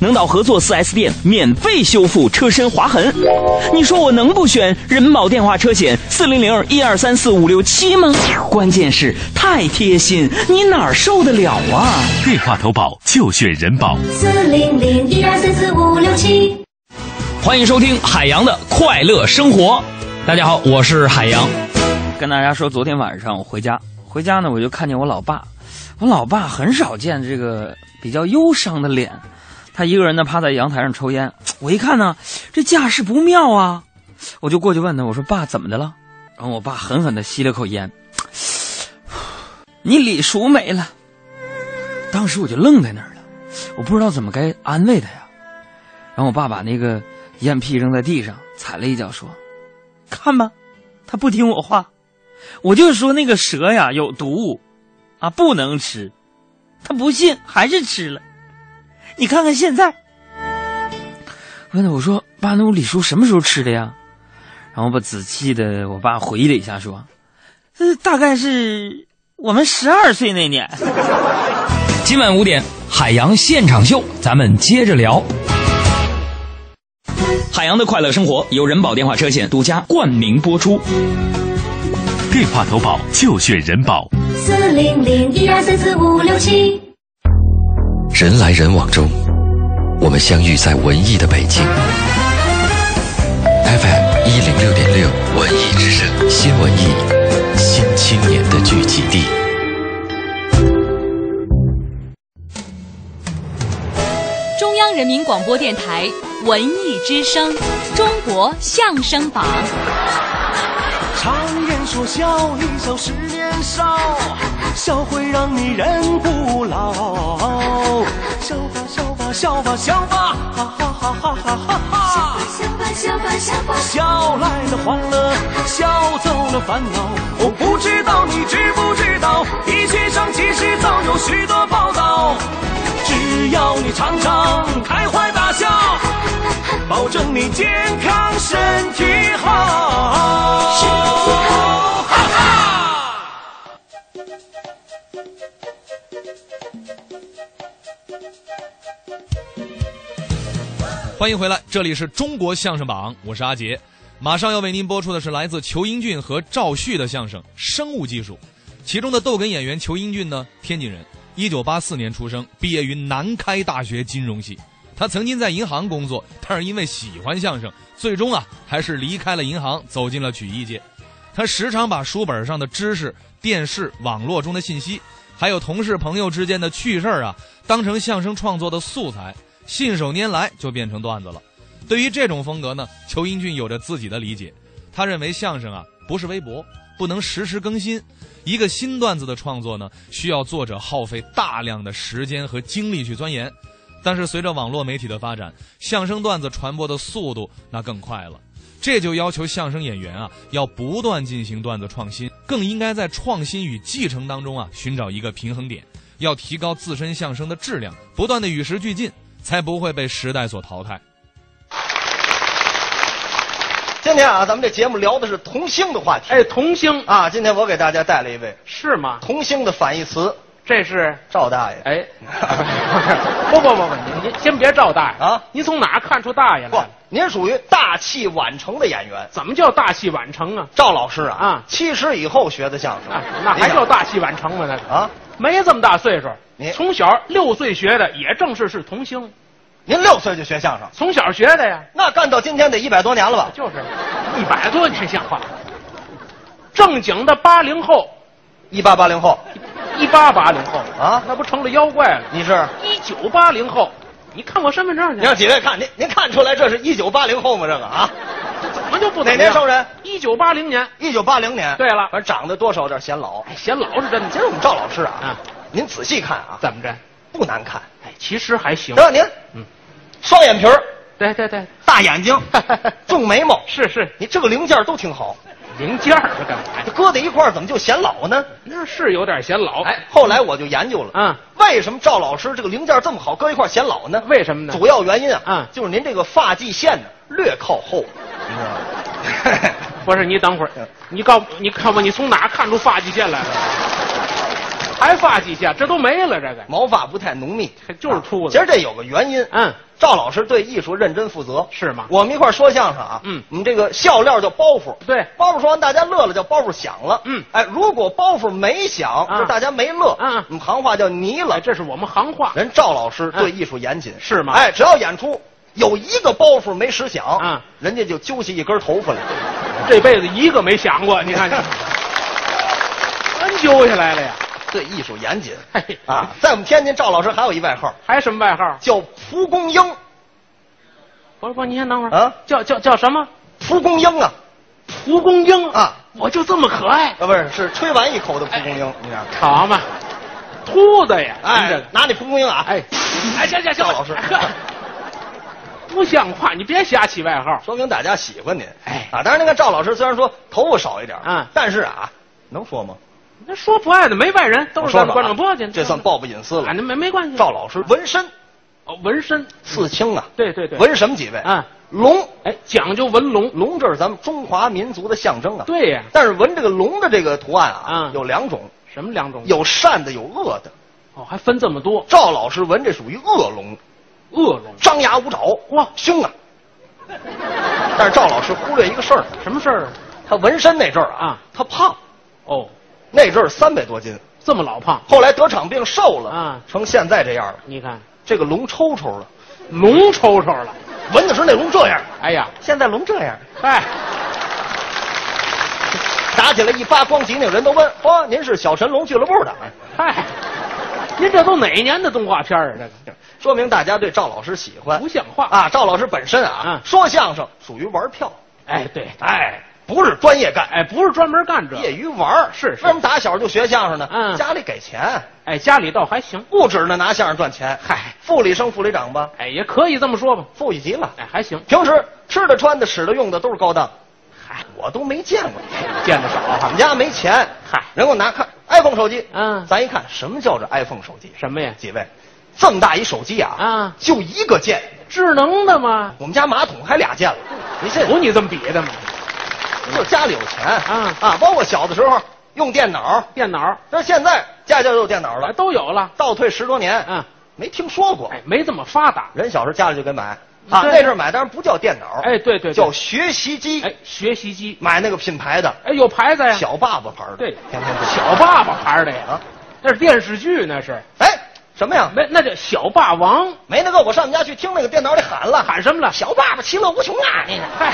Speaker 16: 能到合作 4S 店免费修复车身划痕。你说我能不选人保电话车险四零零一二三四五六七吗？关键是太贴心，你哪儿受得了啊？
Speaker 14: 电话投保就选人保。
Speaker 17: 四零零一二三四五六七，
Speaker 18: 欢迎收听海洋的快乐生活。大家好，我是海洋。
Speaker 19: 跟大家说，昨天晚上我回家，回家呢我就看见我老爸，我老爸很少见这个比较忧伤的脸，他一个人呢趴在阳台上抽烟。我一看呢，这架势不妙啊，我就过去问他，我说爸怎么的了？然后我爸狠狠的吸了口烟，你李叔没了。当时我就愣在那儿了，我不知道怎么该安慰他呀。然后我爸把那个烟屁扔在地上，踩了一脚，说：“看吧，他不听我话，我就说那个蛇呀有毒，啊不能吃，他不信还是吃了。你看看现在。”问他我说：“爸，那我李叔什么时候吃的呀？”然后我仔细的我爸回忆了一下，说：“这呃大概是我们十二岁
Speaker 5: [laughs]
Speaker 19: 那年。”
Speaker 18: 今晚五点，海洋现场秀，咱们接着聊。海洋的快乐生活由人保电话车险独家冠名播出。
Speaker 14: 电话投保就选人保。
Speaker 17: 四零零一二三四五六七。
Speaker 20: 人来人往中，我们相遇在文艺的北京。FM 一零六点六，文艺之声，新文艺，新青年的聚集地。
Speaker 1: 中央人民广播电台文艺之声《中国相声榜》。
Speaker 2: 常言说笑一笑十年少，笑会让你人不老。笑吧笑吧笑吧笑吧，哈哈哈哈哈哈哈！
Speaker 17: 笑吧笑吧笑吧笑
Speaker 2: 笑来了欢乐，笑走了烦恼。我不知道你知不知道，医学上其实早有许多报道。只要你常常开怀大笑，保证你健康身体好。身体好，哈哈。
Speaker 4: 欢迎回来，这里是中国相声榜，我是阿杰。马上要为您播出的是来自裘英俊和赵旭的相声《生物技术》，其中的逗哏演员裘英俊呢，天津人，一九八四年出生，毕业于南开大学金融系。他曾经在银行工作，但是因为喜欢相声，最终啊还是离开了银行，走进了曲艺界。他时常把书本上的知识、电视、网络中的信息，还有同事朋友之间的趣事儿啊，当成相声创作的素材，信手拈来就变成段子了。对于这种风格呢，裘英俊有着自己的理解。他认为相声啊不是微博，不能实时更新。一个新段子的创作呢，需要作者耗费大量的时间和精力去钻研。但是随着网络媒体的发展，相声段子传播的速度那更快了。这就要求相声演员啊，要不断进行段子创新，更应该在创新与继承当中啊，寻找一个平衡点，要提高自身相声的质量，不断的与时俱进，才不会被时代所淘汰。
Speaker 11: 今天啊，咱们这节目聊的是童星的话题。哎，童星啊，今天我给大家带了一位，是吗？童星的反义词，这是赵大爷。哎， [laughs] 不不不不，您先别赵大爷啊，您从哪看出大爷来？不，您属于大器晚成的演员。怎么叫大器晚成啊？赵老师啊，啊，七十以后学的相声，
Speaker 21: 那还叫大器
Speaker 11: 晚成吗？那个啊，没这么大岁数。你从小六岁学的，也正是是童星。您六岁就学相声，从小学的呀，那干到今天得一百多年了吧？就是一百多年，像话？正经的八零后，一八八零后，一八八零后啊，那不成了妖怪了？你是？一九八零后，你看我身份证去。你让几位看，您您看出来这是一九八零后吗？这个啊，怎么就不哪年生人？一九八零年，一九八零年。对了，反正长得多少有点显老，显老是真的。今儿我们赵老师啊，您仔细看啊，怎么着？不难看，哎，其实还行。让您，嗯，双眼皮儿，对对对，大眼 [laughs] 睛，重眉毛，是是，你这个零件都挺好。零件是干嘛呀？搁在一块儿怎么就显老呢？那是有点显老。哎，后来我就研究了，嗯，为什么赵老师这个零件这么好，搁一块儿显老呢？为什么呢？主要原因啊，嗯，就是您这个发际线呢略靠后，你知道吗？不是，你等会儿，你告你看吧，你从哪看出发际线来了？还发际线，这都没了。这个毛发不太浓密，就是秃子。其实这有个原因，嗯，赵老师对艺术认真负责，是吗？我们一块儿说相声啊，嗯，我们这个笑料叫包袱，对，包袱说完大家乐了，叫包袱响了，嗯，哎，如果包袱没响，就大家没乐，嗯，我们行话叫泥了，哎这是我们行话。人赵老师对艺术严谨，是吗？哎，只要演出有一个包袱没实响，嗯，人家就揪起一根头发来，这辈子一个没响过，你看， [laughs] 全揪下来了呀。对艺术严谨啊，在我们天津，赵老师还有一外号，还什么外号？叫蒲公英。不是不是，你先等会儿啊，叫叫叫什么？蒲公英啊，蒲公英啊，我就这么可爱啊？不是，是吹完一口的蒲公英，你看，好嘛，秃子呀！哎，拿你蒲公英啊！哎，哎，行行行，赵老师，不像话，你别瞎起外号，说明大家喜欢您。哎啊，当然，您看赵老师虽然说头发少一点，嗯，但是啊，能说吗？那说不爱的没外人，都是咱们观众朋友见。啊这算暴露隐私了，啊那没没关系。赵老师纹身，哦，纹身刺青啊，对对对，纹什么几位啊？龙，哎，讲究纹龙，龙这是咱们中华民族的象征啊。对呀，但是纹这个龙的这个图案啊，有两种，什么两种？有善的，有恶的。哦，还分这么多。赵老师纹这属于恶龙，恶龙张牙舞爪，哇， [laughs] 凶啊！但是赵老师忽略一个事儿，什么事儿？他纹身那阵儿啊，他胖，哦。那阵儿三百多斤，这么老胖，后来得场病瘦了，啊，成现在这样了。你看这个龙抽抽了，龙抽抽了，闻的时候那龙这样，哎呀，现在龙这样，哎，打起来一扒光脊，那人都问：哦，您是小神龙俱乐部的？哎，您这都哪年的动画片啊？这个 [laughs] 说明大家对赵老师喜欢，不像话啊！赵老师本身啊，说相声属于玩票，哎，对，哎。不是专业干，哎，不是专门干这，业余玩儿是。为什么打小就学相声呢？嗯，家里给钱，哎，家里倒还行，不指着拿相声赚钱。嗨，副里生副里长吧，哎，也可以这么说吧，富裕极了，哎，还行。平时吃的、穿的、使的、用的都是高档，嗨，我都没见过，见的少。我们家没钱，嗨，人给我拿看 iPhone 手机，嗯，咱一看，什么叫这 iPhone 手机？什么呀？几位，这么大一手机啊，啊，就一个键，智能的吗？我们家马桶还俩键了，你信？有你这么比的吗？就家里有钱啊啊！包括小的时候用电脑，电脑，但是现在家家都有电脑了，都有了。倒退十多年，嗯，没听说过，哎，没这么发达。人小时候家里就给买啊，那阵买当然不叫电脑，哎，对对，叫学习机，哎，学习机，买那个品牌的，哎，有牌子呀，小爸爸牌的，对，天天小爸爸牌的呀，那是电视剧，那是，哎，什么呀？没，那叫小霸王，没那个，我上我们家去听那个电脑里喊了，喊什么了？小爸爸其乐无穷啊，那个，嗨。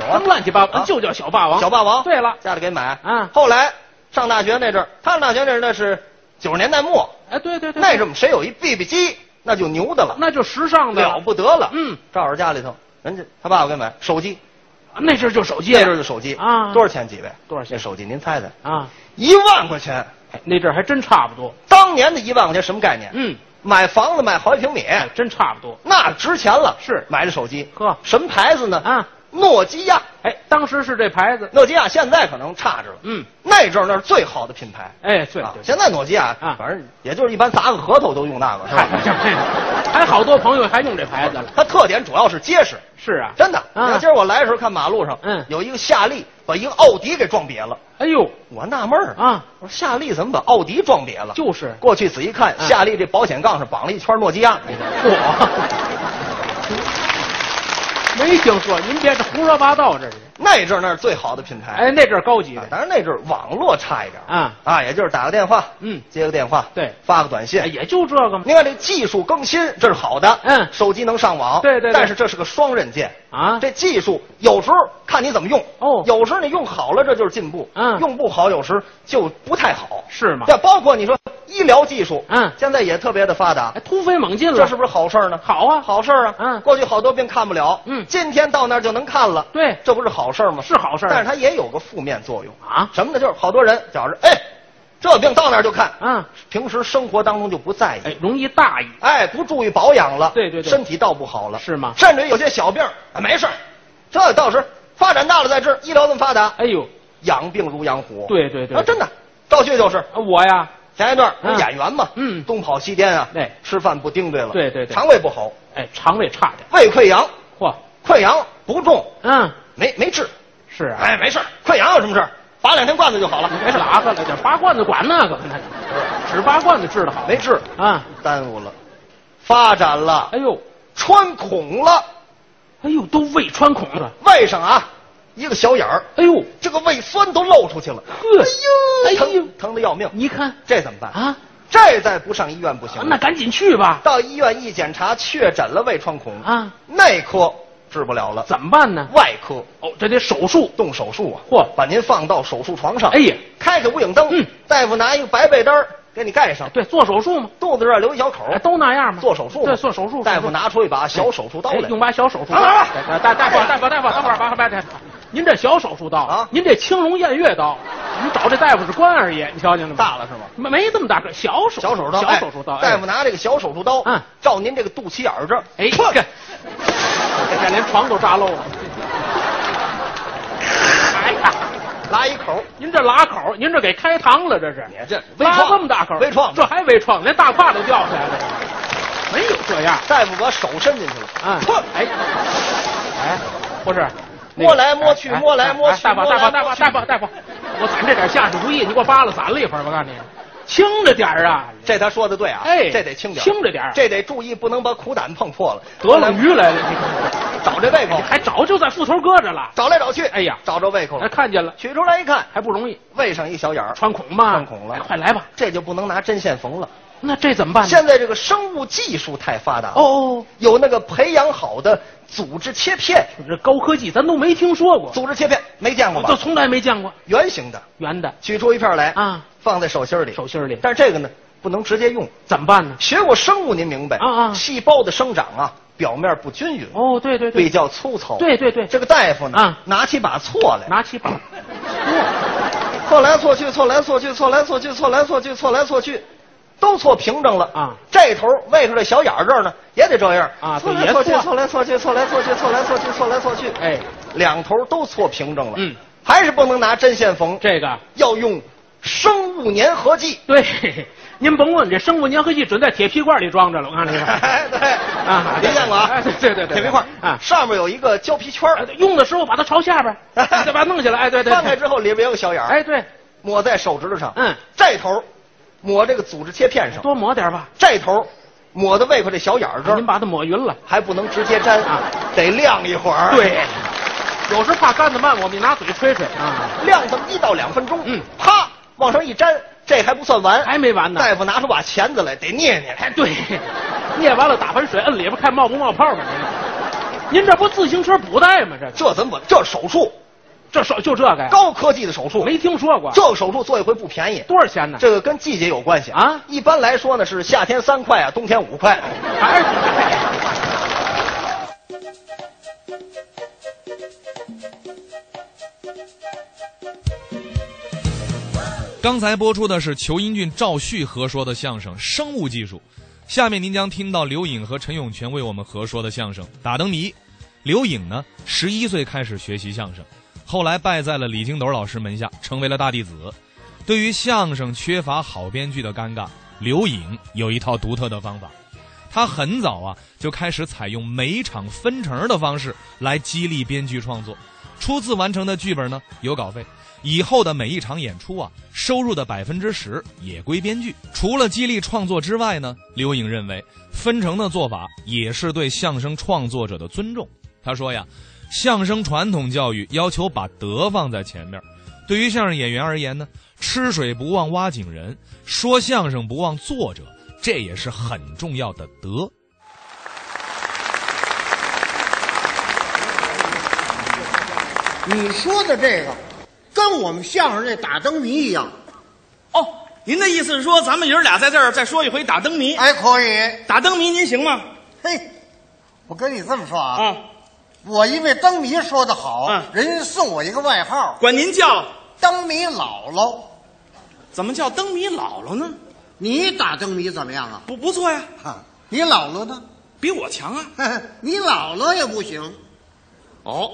Speaker 11: 什么乱七八糟，就叫啊小霸王。小霸王。对了，家里给买。啊，后来上大学那阵儿，他上大学那阵儿那是九十年代末，哎，对对对，那时候我们谁有一 BB 机，那就牛的了，那就时尚的了不得了。嗯，赵老师家里头，人家他爸爸给买手机，啊那阵就手
Speaker 19: 机了
Speaker 11: 那阵就手机
Speaker 19: 啊
Speaker 11: 多少钱几位？多少钱？那手机您猜猜啊？一万块钱，那阵还真差不多。当年的一万块钱什么概念？嗯，买房子买好几平米，真差不多。那值钱了，是买这手机，呵，什么牌子呢？啊，诺基亚。哎，当时是这牌子，诺基亚现在可能差着了。嗯，那阵儿那是最好的品牌。哎，啊对对。现在诺基亚，反正也就是一般砸个核桃都用那个，是吧？ [laughs] 还哎好多朋友还用这牌子了。它特点主要是结实。是啊，真的。你看今儿我来的时候看马路上，嗯，有一个夏利把一个奥迪给撞瘪了。哎呦，我纳闷儿啊，我说夏利怎么把奥迪撞瘪了？就是。过去仔细看，夏利这保险杠上绑了一圈诺基亚。嚯！没听说，您别这胡说八道，这是那阵儿那是最好的品牌，哎，那阵儿高级的，当然那阵儿网络差一点啊啊，也就是打个电话，嗯，接个电话，对，发个短信，也就这个嘛。您看这技术更新，这是好的，嗯，手机能上网，对对，但是这是个双刃剑啊，这技术有时候看你怎么用，哦，有时候你用好了这就是进步，嗯，用不好有时就不太好，是吗？对，包括你说医疗技术，嗯，现在也特别的发达，突飞猛进了，这是不是好事儿呢？好啊，好事儿啊，嗯，过去好多病看不了，嗯，今天到那儿就能看了，对，这不是好事儿吗？是好事但是它也有个负面作用啊，什么呢？就是好多人觉着，哎，这病到那儿就看，嗯，平时生活当中就不在意，哎，容易大意，哎，不注意保养了，对对对，身体倒不好了，是吗？甚至于有些小病，哎，没事儿，这到时发展大了再治，医疗这么发达，哎呦，养病如养虎，对对对，啊，真的，赵旭就是我呀。前一段不是演员嘛，嗯，东跑西颠啊，对，吃饭不盯对了，对对对，肠胃不好，哎，肠胃差点，胃溃疡，嚯，溃疡不重，嗯，没没治，是啊，哎，没事儿溃疡有什么事儿拔两天罐子就好了，别麻烦了，这拔罐子管那个，那只拔罐子治的好，没治啊，耽误了，发展了，哎呦，穿孔了，哎呦，都胃穿孔了，胃上啊一个小眼儿，哎呦，这个胃酸都漏出去了，呵，哎呦，疼疼的要命，你看这怎么办啊？这再不上医院不行、那赶紧去吧。到医院一检查，确诊了胃穿孔啊，内科治不了了，怎么办呢？外科哦，这得手术，动手术啊！嚯，把您放到手术床上，哎呀，开开无影灯，嗯，大夫拿一个白被单儿给你盖上，对，做手术嘛，肚子这儿留一小口，都那样嘛，做手术，对，做手术。大夫拿出一把小手术刀来，用把小手术刀，大大大夫大夫大夫，等会儿，把把您这小手术刀啊，您这青龙偃月刀，你找这大夫是关二爷，你瞧见了吗？大了是吗？没没这么大个，小手小手
Speaker 19: 刀
Speaker 11: 小手术刀。
Speaker 19: 哎
Speaker 11: 大夫拿这个小手术刀，嗯，照您这个肚脐眼儿这儿，哎，这连床都扎漏了。哎呀，拉一口，您这拉口，您这给开膛了，这是？这拉这么大口，微创，这还微创，连大胯都掉下来了，没有这样。大夫把手伸进去了，啊，哎，哎，不是。哎摸来摸去，摸来摸去，
Speaker 19: 大宝
Speaker 11: 摸来
Speaker 19: 大宝
Speaker 11: 摸去
Speaker 19: 大宝大宝，
Speaker 11: 我攒这点下手不易，你给我扒拉散了一会儿，我告诉你，轻着点儿啊。这他说的对啊，
Speaker 19: 哎
Speaker 11: 这得轻点儿，
Speaker 19: 轻着点儿
Speaker 11: 这得注意，不能把苦胆碰破了。
Speaker 19: 得了鱼来了，
Speaker 11: [laughs] 找这胃口，还找就在腹头搁着了，找来找去，哎呀，找着胃口了，看见了，取出来一看，还不容易，胃上一小眼儿，穿孔吧，穿孔了，快来吧，这就不能拿针线缝了。那这怎么办？现在这个生物技术太发达了，哦，有那个培养好的组织切片，这高科技咱都没听说过。组织切片没见过吧？
Speaker 19: 我
Speaker 11: 从来没见过。圆形的，圆的，取出一片来啊，放在手心里，手心里。但是这个呢，不能直接用，怎么办呢？学过生物您明白啊啊，细胞的生长啊，表面不均匀，哦，对对对，比较粗糙，对对对。这个大夫呢，啊，拿起把锉来，拿起把错来错去，错来错去，错来错去，错来错去，错来错去，都错平整了啊！这头喂上这小眼儿这儿呢，也得这样啊错来
Speaker 19: 也
Speaker 11: 错去，
Speaker 19: 错
Speaker 11: 错来错去，错来错去，错来错去，错来错去，哎，两头都错平整了，嗯，还是不能拿针线缝，这个要用生物粘合剂。对，您甭问，这生物粘合剂准在铁皮罐里装着了，我看这 [laughs] 个。对啊，您见过啊？对对对，铁皮罐啊，上面有一个胶皮圈用的时候把它朝下边， [laughs] 再把它弄起来，哎，对对，翻开之后里边有个小眼儿，哎，对，抹在手指头上，嗯，这头抹这个组织切片上，多抹点吧，这头。抹到胃口这小眼儿这儿，您把它抹匀了，还不能直接粘啊，得晾一会儿。对，有时怕干的慢，我们拿嘴吹吹啊，晾这么一到两分钟，嗯，啪，往上一粘，这还不算完，还没完呢。大夫拿出把钳子来，得捏捏。哎，对，捏完了打盆水，摁里边看冒不冒泡吧。您这不自行车补带吗？这这怎么？这手术这手就这个呀，高科技的手术没听说过。这个手术做一回不便宜，多少钱呢？这个跟季节有关系啊。一般来说呢是夏天三块啊，冬天五块。还是
Speaker 4: 刚才播出的是裘英俊、赵旭合说的相声《生物技术》，下面您将听到刘颖和陈永泉为我们合说的相声《打灯谜》。刘颖呢，十一岁开始学习相声，后来拜在了李金斗老师门下，成为了大弟子。对于相声缺乏好编剧的尴尬，刘颖有一套独特的方法。他很早啊就开始采用每场分成的方式来激励编剧创作。初次完成的剧本呢有稿费，以后的每一场演出啊，收入的百分之十也归编剧。除了激励创作之外呢，刘颖认为分成的做法也是对相声创作者的尊重。他说呀，相声传统教育要求把德放在前面，对于相声演员而言呢，吃水不忘挖井人，说相声不忘作者，这也是很重要的德。
Speaker 21: 你说的这个，跟我们相声这打灯谜一样。哦，
Speaker 22: 您的意思是说，咱们爷儿俩在这儿再说一回打灯谜？哎，
Speaker 21: 可以。
Speaker 22: 打灯谜您行吗？
Speaker 21: 嘿，我跟你这么说啊，我因为灯谜说的好，人家送我一个外号，
Speaker 22: 嗯管您叫
Speaker 21: 灯谜姥姥。
Speaker 22: 怎么叫灯谜姥姥呢？
Speaker 21: 你打灯谜怎么样啊？
Speaker 22: 不不错呀。
Speaker 21: 哈，你姥姥呢？
Speaker 22: 比我强啊。
Speaker 21: [laughs] 你姥姥也不行。
Speaker 22: 哦。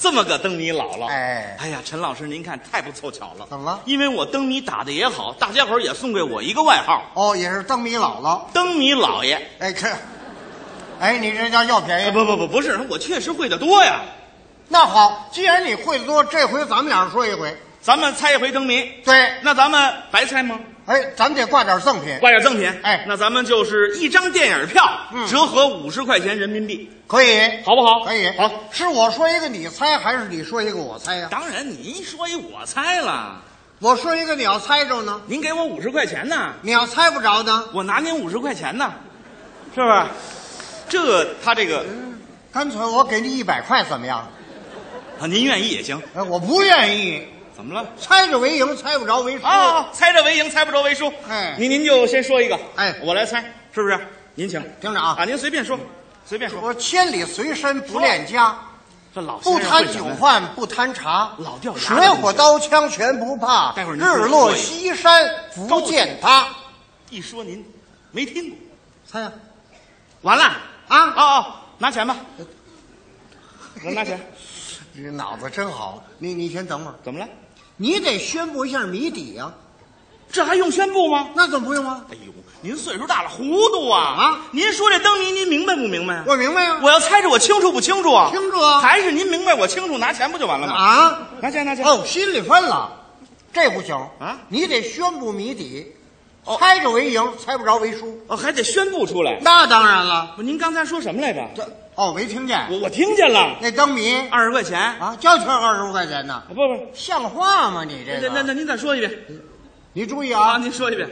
Speaker 22: 这么个灯谜姥姥，哎，哎呀，陈老师，您看太不凑巧了。
Speaker 21: 怎么了？
Speaker 22: 因为我灯谜打的也好，大家伙儿也送给我一个外号，
Speaker 21: 哦，也是灯谜姥姥。
Speaker 22: 灯谜老爷。呃
Speaker 21: 哎，这，哎，你这叫要便宜？
Speaker 22: 不不不，不是，我确实会的多呀。
Speaker 21: 那好，既然你会的多，这回咱们俩说一回，
Speaker 22: 咱们猜一回灯谜。
Speaker 21: 对，
Speaker 22: 那咱们白猜吗？
Speaker 21: 哎，咱们得挂点赠品，
Speaker 22: 挂点赠品。
Speaker 21: 哎，嗯
Speaker 22: 那咱们就是一张电影票，折合五十块钱人民币，
Speaker 21: 可以，
Speaker 22: 好不好？
Speaker 21: 可以。
Speaker 22: 好，
Speaker 21: 是我说一个你猜，还是你说一个我猜呀、
Speaker 22: 当然你一说一我猜了，
Speaker 21: 我说一个你要猜着呢，
Speaker 22: 您给我五十块钱呢，
Speaker 21: 你要猜不着呢，
Speaker 22: 我拿您五十块钱呢，是不是？这他这个
Speaker 21: 嗯干脆我给你一百块怎么样？
Speaker 22: 啊，您愿意也行。
Speaker 21: 哎，我不愿意，
Speaker 22: 怎么了？
Speaker 21: 猜着为赢，猜不着为输。
Speaker 22: 啊，猜着为赢，猜不着为输。
Speaker 21: 哎
Speaker 22: 您您就先说一个，
Speaker 21: 哎，
Speaker 22: 我来猜，是不是？您请，
Speaker 21: 听着啊，
Speaker 22: 啊，您随便说，随便说。
Speaker 21: 我千里随身不恋家，
Speaker 22: 这老先
Speaker 21: 不
Speaker 22: 生
Speaker 21: 贪
Speaker 22: 会什
Speaker 21: 酒
Speaker 22: 么呀
Speaker 21: 饭，不贪茶，
Speaker 22: 老掉牙
Speaker 21: 水火刀枪全不怕。
Speaker 22: 待会儿您
Speaker 21: 日落西山不见他。
Speaker 22: 一说您没听过，
Speaker 21: 猜呀、
Speaker 22: 完了
Speaker 21: 啊！
Speaker 22: 哦哦，拿
Speaker 21: [laughs]
Speaker 22: 钱吧，我拿钱。
Speaker 21: 你这脑子真好，你你先等会儿。
Speaker 22: 怎么了？
Speaker 21: 你得宣布一下谜底呀、
Speaker 22: 这还用宣布吗？
Speaker 21: 那怎么不用啊？
Speaker 22: 哎呦，您岁数大了，糊涂啊！啊，您说这灯谜，您明白不明白啊？
Speaker 21: 我明白呀、
Speaker 22: 我要猜着我清楚不清楚啊？
Speaker 21: 清楚啊
Speaker 22: 还是您明白我清楚，拿钱不就完了吗？
Speaker 21: 啊，
Speaker 22: 拿钱拿钱。
Speaker 21: 哦，心里分了，这不行
Speaker 22: 啊！
Speaker 21: 你得宣布谜底，猜着为赢，猜不着为输。
Speaker 22: 哦，还得宣布出来。
Speaker 21: 那当然了，
Speaker 22: 不，您刚才说什么来着？
Speaker 21: 这哦，没听见。
Speaker 22: 我我听见了，
Speaker 21: 那灯谜
Speaker 22: 二十块钱啊！
Speaker 21: 啊，就缺二十块钱呢，
Speaker 22: 不不，
Speaker 21: 像话吗？你
Speaker 22: 那
Speaker 21: 这个，
Speaker 22: 那那您再说一遍
Speaker 21: 你注意
Speaker 22: 啊！
Speaker 21: 啊，
Speaker 22: 您说一遍，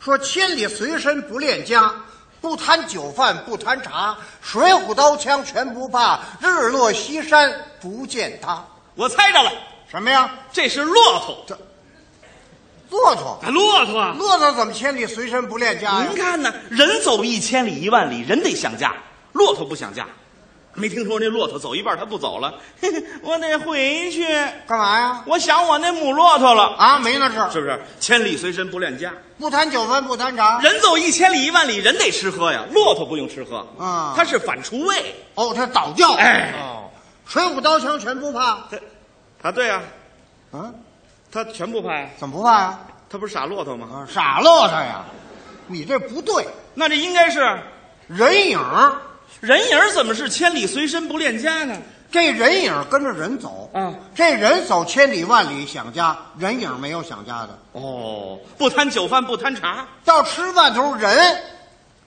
Speaker 21: 说千里随身不恋家，不贪酒饭不贪茶，水浒刀枪全不怕，日落西山不见他。
Speaker 22: 我猜着了，
Speaker 21: 什么呀？
Speaker 22: 这是骆驼。
Speaker 21: 这骆驼，
Speaker 22: 啊，骆驼啊！
Speaker 21: 骆驼怎么千里随身不恋家呀
Speaker 22: 您？看呢，人走一千里一万里，人得想家，骆驼不想家。没听说那骆驼走一半它不走了， [laughs] 嘿嘿，我得回去，
Speaker 21: 干嘛呀？
Speaker 22: 我想我那母骆驼了，
Speaker 21: 啊，没那事儿
Speaker 22: 是不是？千里随身不恋家，
Speaker 21: 不贪酒饭不贪茶。
Speaker 22: 人走一千里一万里，人得吃喝呀，骆驼不用吃喝
Speaker 21: 啊
Speaker 22: 它是反刍胃。
Speaker 21: 哦，他倒掉。
Speaker 22: 哎
Speaker 21: 哦，水浒刀枪全不怕。
Speaker 22: 它，它对啊，
Speaker 21: 啊，
Speaker 22: 它全不怕呀，
Speaker 21: 怎么不怕呀？
Speaker 22: 它不是傻骆驼吗？
Speaker 21: 啊傻骆驼呀，你这不对，
Speaker 22: 那这应该是
Speaker 21: 人影儿
Speaker 22: 人影儿怎么是千里随身不恋家呢？
Speaker 21: 这人影儿跟着人走，
Speaker 22: 嗯，
Speaker 21: 这人走千里万里想家，人影儿没有想家的。
Speaker 22: 哦，不贪酒饭不贪茶，
Speaker 21: 到吃饭头人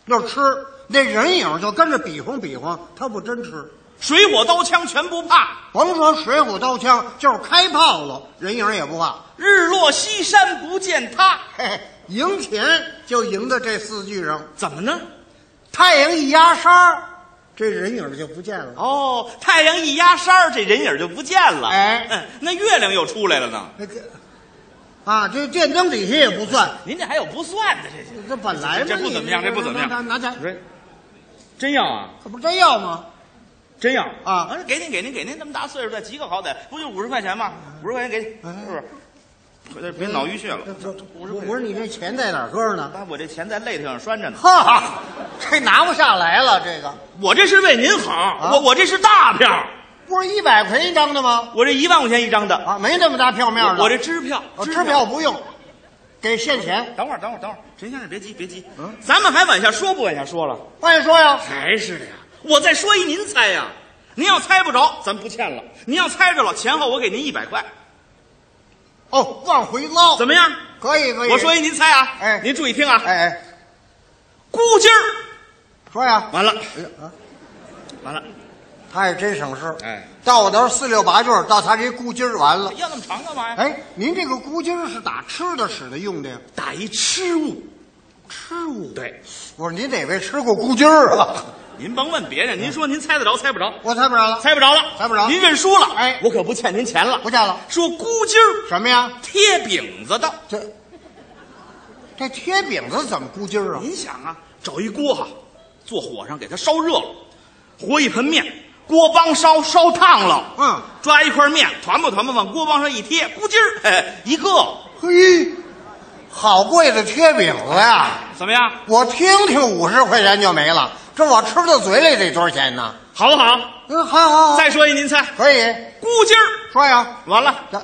Speaker 21: 那吃，那人影儿就跟着比划比划，他不真吃。
Speaker 22: 水火刀枪全不怕。
Speaker 21: 甭说水浒刀枪，就是开炮了，人影儿也不怕。
Speaker 22: 日落西山不见他，
Speaker 21: 嘿嘿，赢钱就赢的这四句上，
Speaker 22: 怎么呢？
Speaker 21: 太阳一压山儿，这人影儿就不见了。
Speaker 22: 哦，太阳一压山儿，这人影就不见了。
Speaker 21: 哎，
Speaker 22: 嗯，那月亮又出来了呢。
Speaker 21: 那个啊，这电灯底下也不算，
Speaker 22: [laughs] 您这还有不算的这些？
Speaker 21: 这本来嘛
Speaker 22: 这不怎么样，
Speaker 21: 你
Speaker 22: 这不怎么
Speaker 21: 拿
Speaker 22: 样。
Speaker 21: 拿拿钱，
Speaker 22: 真要啊？
Speaker 21: 可不是真要吗？
Speaker 22: 真要
Speaker 21: 啊！
Speaker 22: 给您，给您，给您，那么大岁数了，急个好歹，不就五十块钱吗？五十块钱给你，是不是？回头别脑淤血了。
Speaker 21: 我说我说哎你这钱在哪儿搁着呢？
Speaker 22: 把我这钱在肋条上拴着呢。
Speaker 21: 哈，这拿不下来了，这个啊
Speaker 22: 我这是为您好，我我这是大票，
Speaker 21: 不是一百块钱一张的吗？
Speaker 22: 我这一万块钱一张的，
Speaker 21: 啊，没那么大票面的。
Speaker 22: 我这支票，
Speaker 21: 哦支票不用，给现钱。嗯
Speaker 22: 等会儿，等会儿，等会儿，陈先生别急，别急，咱们还往下说不往下说了？
Speaker 21: 快说呀！
Speaker 22: 还是呀，我再说一，您猜呀。您要猜不着，咱不欠了；您要猜着了，前后我给您一百块，
Speaker 21: 哦，往回捞，
Speaker 22: 怎么样？
Speaker 21: 可以可以。
Speaker 22: 我说一，您猜啊。
Speaker 21: 哎
Speaker 22: 您注意听啊。
Speaker 21: 哎哎，
Speaker 22: 咕叽儿，
Speaker 21: 说呀，
Speaker 22: 完了，
Speaker 21: 啊
Speaker 22: 完了，
Speaker 21: 他也真省事。
Speaker 22: 哎，
Speaker 21: 到我这儿四六八句儿，到他这咕叽儿完了。
Speaker 22: 要那么长干嘛呀？
Speaker 21: 哎，您这个咕叽儿是打吃的、使的、用的呀？
Speaker 22: 打一吃物，
Speaker 21: 吃物。
Speaker 22: 对，
Speaker 21: 我说您哪位吃过咕叽儿啊？
Speaker 22: 您甭问别人，您说您猜得着猜不着，
Speaker 21: 我猜不着了，
Speaker 22: 猜不着了，
Speaker 21: 猜不着
Speaker 22: 您认输了，
Speaker 21: 哎
Speaker 22: 我可不欠您钱了。
Speaker 21: 不见了。
Speaker 22: 说咕叽儿
Speaker 21: 什么呀？
Speaker 22: 贴饼子的，
Speaker 21: 这这贴饼子怎么咕叽儿啊？
Speaker 22: 您想啊，找一锅哈，坐火上给它烧热了，和一盆面，锅帮烧烧烫了，
Speaker 21: 嗯，
Speaker 22: 抓一块面，团吧团吧往锅帮上一贴，咕叽儿，哎，一个，
Speaker 21: 嘿，好贵的贴饼子呀！
Speaker 22: 怎么样？
Speaker 21: 我听听，五十块钱就没了，这我吃到嘴里得多少钱呢？
Speaker 22: 好不好？
Speaker 21: 嗯，好好好，
Speaker 22: 再说一，您猜，
Speaker 21: 可以
Speaker 22: 咕叽儿，
Speaker 21: 说呀。
Speaker 22: 完了，
Speaker 21: 这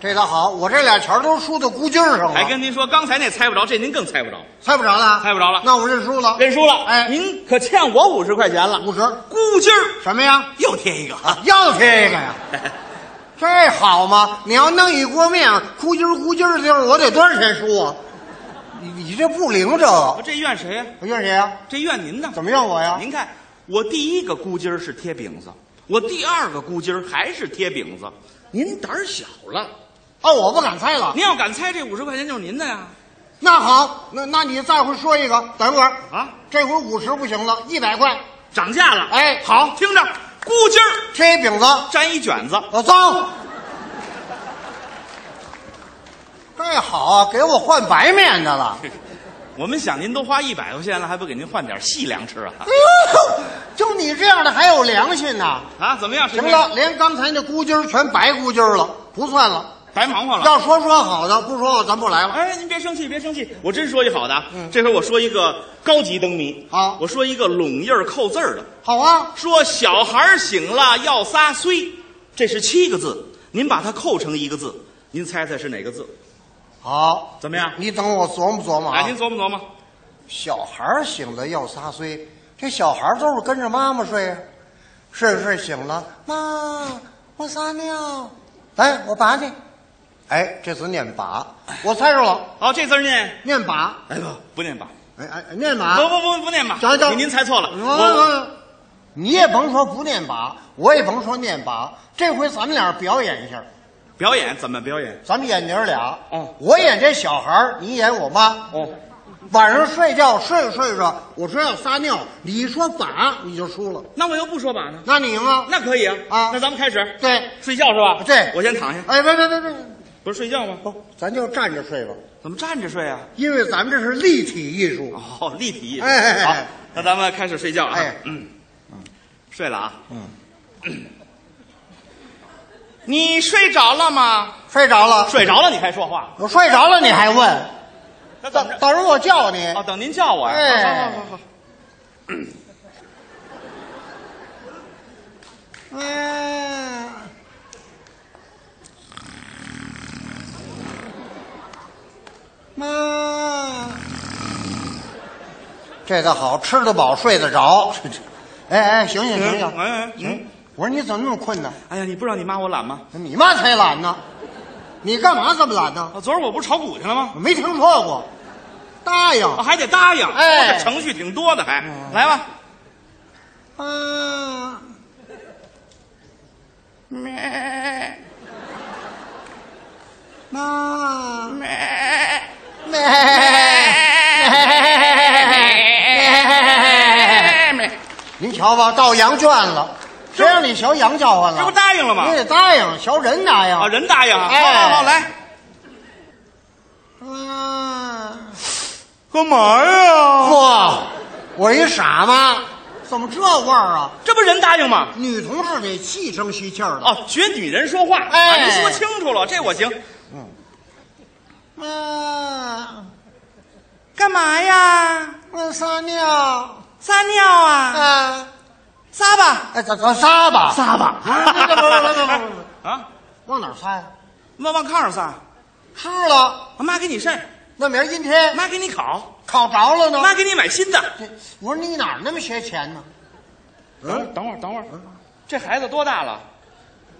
Speaker 21: 这倒好，我这俩钱儿都输到咕劲儿上了，
Speaker 22: 还跟您说，刚才那猜不着，这您更猜不着，
Speaker 21: 猜不着了，
Speaker 22: 猜不着了
Speaker 21: 那我认输了，
Speaker 22: 认输了，
Speaker 21: 哎
Speaker 22: 您可欠我五十块钱了，
Speaker 21: 五十
Speaker 22: 咕叽儿
Speaker 21: 什么呀？
Speaker 22: 又贴
Speaker 21: [laughs]
Speaker 22: 一个，
Speaker 21: 要贴一个呀？这好吗？你要弄一锅面，咕叽儿咕叽儿的地儿，我得多少钱输啊？你你这不灵这个，
Speaker 22: 哦这怨谁呀？啊
Speaker 21: 我怨谁呀？
Speaker 22: 这怨您呢？
Speaker 21: 怎么怨我呀？
Speaker 22: 您看，我第一个箍筋儿是贴饼子，我第二个箍筋儿还是贴饼子。您胆儿小了，
Speaker 21: 哦，我不敢猜了。
Speaker 22: 您要敢猜，这五十块钱就是您的呀！
Speaker 21: 那好，那那你再会说一个，等会儿
Speaker 22: 啊，
Speaker 21: 这回五十不行了，一百块
Speaker 22: 涨价了，
Speaker 21: 哎
Speaker 22: 好，听着，箍筋儿
Speaker 21: 贴一饼子，
Speaker 22: 粘一卷子，
Speaker 21: 我糟。这好啊，给我换白面的了。
Speaker 22: 我们想您都花一百块钱了，还不给您换点细粮吃啊？
Speaker 21: 哎呦， [laughs] 就你这样的还有良心呐！
Speaker 22: 啊，怎么样？
Speaker 21: 行
Speaker 22: 陈先
Speaker 21: 了，
Speaker 22: 生，
Speaker 21: 连刚才那咕叽儿全白咕叽儿了，不算了。
Speaker 22: 白忙活了。
Speaker 21: 要说说好的，不说好咱不来了。嗯
Speaker 22: 哎，您别生气，别生气，我真说一好的啊。这回我说一个高级灯谜
Speaker 21: 好
Speaker 22: 我说一个拢印儿扣字儿的。
Speaker 21: 好啊，
Speaker 22: 说小孩儿醒了要撒虽，这是七个字，您把它扣成一个字，您猜猜是哪个字？
Speaker 21: 好，
Speaker 22: 怎么样
Speaker 21: 你等我琢磨琢磨
Speaker 22: 哎，
Speaker 21: 啊
Speaker 22: 您。琢磨琢磨。
Speaker 21: 小孩儿醒了要撒虽，这小孩儿都是跟着妈妈睡啊，睡着睡醒了，妈，我撒尿，哎，我拔去，哎，这词念拔，我猜着了，
Speaker 22: 好、哦这字儿念，
Speaker 21: 念拔，
Speaker 22: 哎不不念吧，
Speaker 21: 哎哎，念拔，
Speaker 22: 不不不不念吧，
Speaker 21: 等等，
Speaker 22: 您您猜错了，
Speaker 21: 我
Speaker 22: 我
Speaker 21: 我你也甭说不念拔，我也甭说念拔，这回咱们俩表演一下，
Speaker 22: 表演怎么表演？
Speaker 21: 咱们演娘儿俩，
Speaker 22: 哦
Speaker 21: 我演这小孩儿，你演我妈，
Speaker 22: 哦，
Speaker 21: 晚上睡觉睡着睡着，我说要撒尿，你一说把你就输了，
Speaker 22: 那我又不说吧呢，
Speaker 21: 那你赢了。
Speaker 22: 那可以啊
Speaker 21: 啊
Speaker 22: 那咱们开始
Speaker 21: 对，
Speaker 22: 睡觉是吧？
Speaker 21: 对
Speaker 22: 我先躺下，
Speaker 21: 哎，别别别别，别
Speaker 22: 不是睡觉吗？
Speaker 21: 不，哦咱就站着睡吧，
Speaker 22: 怎么站着睡啊？
Speaker 21: 因为咱们这是立体艺术。
Speaker 22: 哦，立体。
Speaker 21: 哎哎哎
Speaker 22: 好，那咱们开始睡觉啊。
Speaker 21: 哎
Speaker 22: 嗯，睡了啊。嗯，你睡着了吗？
Speaker 21: 睡着了，
Speaker 22: 睡着了你还说话？
Speaker 21: 我睡着了，你还问？
Speaker 22: 那怎么
Speaker 21: 等
Speaker 22: 着？
Speaker 21: 等着我叫你。
Speaker 22: 哦，等您叫我呀。
Speaker 21: 哎
Speaker 22: 好好好好好。
Speaker 21: 哎，妈，这倒好，吃得饱，睡得着。 [laughs] 哎哎，醒醒醒醒！
Speaker 22: 哎哎嗯
Speaker 21: 嗯，我说你怎么那么困呢？
Speaker 22: 哎呀，你不知道你骂我懒吗？
Speaker 21: 你妈才懒呢！你干嘛这么懒呢？
Speaker 22: 啊，昨儿我不是炒股去了吗？
Speaker 21: 我没听说过。答应。
Speaker 22: 啊，还得答应。
Speaker 21: 哎嗯
Speaker 22: 我这程序挺多的，还来吧。
Speaker 21: 啊，咩，妈，咩，咩，咩，您瞧，瞧吧，到羊圈了，谁让你学羊叫唤了？这不答应了吗？你得答应，学人答应。啊，人答应。
Speaker 22: 好
Speaker 21: 哎，
Speaker 22: 好好
Speaker 21: 来。干嘛呀？嚯，我一傻妈，怎么这味儿啊？这不人答应吗？女同志得气声息气儿的。
Speaker 22: 哦，学女人说话，啊，
Speaker 21: 哎嗯
Speaker 22: 您说清楚了，这我行。
Speaker 21: 妈，呃干嘛呀？我撒尿。撒尿啊？啊，撒吧。哎，咱
Speaker 22: 啊
Speaker 21: 咱撒吧，撒 [laughs] 吧。不不不不不啊！往哪儿撒呀？往往炕上撒。吃了，妈给你晒。那明儿阴天，妈给你烤，烤着了呢。
Speaker 22: 妈给你买新的。
Speaker 21: 我说你哪儿那么些钱呢？
Speaker 22: 嗯，等会儿，等会儿，这孩子多大了？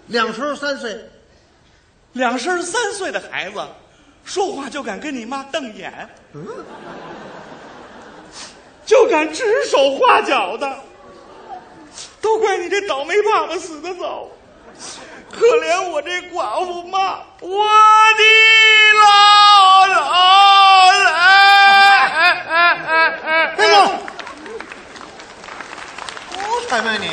Speaker 21: 两声三岁，
Speaker 22: 两声三岁的孩子，说话就敢跟你妈瞪眼，
Speaker 21: 嗯，
Speaker 22: 就敢指手画脚的，都怪你这倒霉爸爸死的早，可怜我这寡妇妈，我的老老人。哦哎哎哎哎
Speaker 21: 哎呦，不什么你？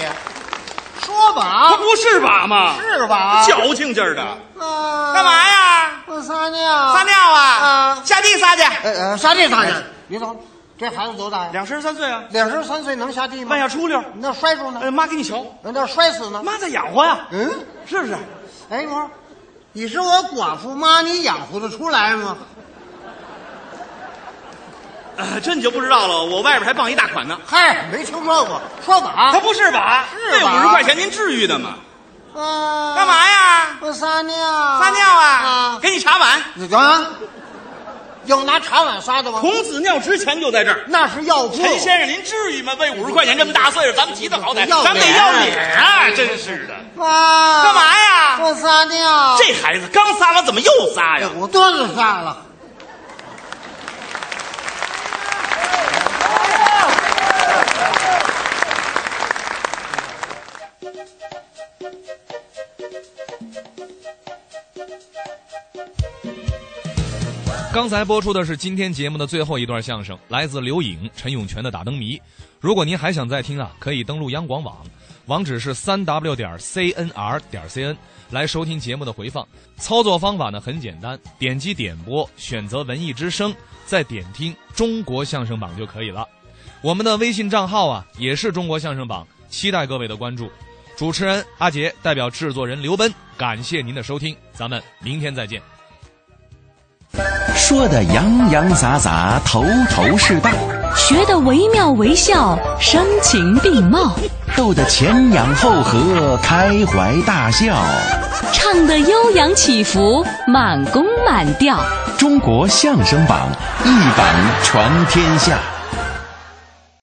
Speaker 21: 说吧，
Speaker 22: 不是吧妈？
Speaker 21: 是啊吧？
Speaker 22: 矫情劲儿的，
Speaker 6: 啊
Speaker 21: 干嘛呀？我撒尿，
Speaker 22: 撒尿啊
Speaker 21: 下地撒去，呃，下地撒去。你走，这孩子多大呀？
Speaker 22: 哎两声三岁啊，
Speaker 21: 两声三岁能下地吗？
Speaker 22: 万要出溜，
Speaker 21: 那摔住呢？
Speaker 22: 呃，妈给你瞧，
Speaker 21: 那摔死呢？
Speaker 22: 妈在养活呀，
Speaker 21: 嗯，
Speaker 22: 是不是？
Speaker 21: 哎，我说，你是我寡妇妈，你养活得出来吗？
Speaker 22: 呃，这你就不知道了，我外边还傍一大款呢，
Speaker 21: 嗨，没听说过，说吧，
Speaker 22: 他不是吧？
Speaker 21: 是
Speaker 22: 这
Speaker 21: 吧
Speaker 22: 五十块钱您至于的吗？
Speaker 21: 啊，干嘛呀？我撒尿，撒尿啊！
Speaker 22: 给你茶碗，
Speaker 21: 你啊，有拿茶碗撒的吗？
Speaker 22: 孔子尿之前就在这儿。
Speaker 21: 那是药铺。
Speaker 22: 陈先生，您至于吗？为五十块钱这么大岁数，咱们急得好歹，
Speaker 21: 要脸
Speaker 22: 咱们得要脸啊！真是的，
Speaker 21: 啊，干嘛呀？我撒尿。
Speaker 22: 这孩子刚撒完，怎么又撒呀？
Speaker 21: 啊哎我多子撒了。
Speaker 4: 刚才播出的是今天节目的最后一段相声，来自刘颖、陈永泉的《打灯谜》。如果您还想再听啊，可以登录央广网，网址是三 w 点 cnr 点 cn 来收听节目的回放。操作方法呢很简单，点击点播，选择文艺之声，再点听中国相声榜就可以了。我们的微信账号啊也是中国相声榜，期待各位的关注。主持人阿杰代表制作人刘奔，感谢您的收听，咱们明天再见。
Speaker 7: 说的洋洋洒洒，头头是道，
Speaker 1: 学得惟妙惟肖，声情并茂，
Speaker 7: 逗得前仰后合，开怀大笑。
Speaker 1: 唱得悠扬起伏，满弓满调。
Speaker 7: 中国相声榜，一榜传天下。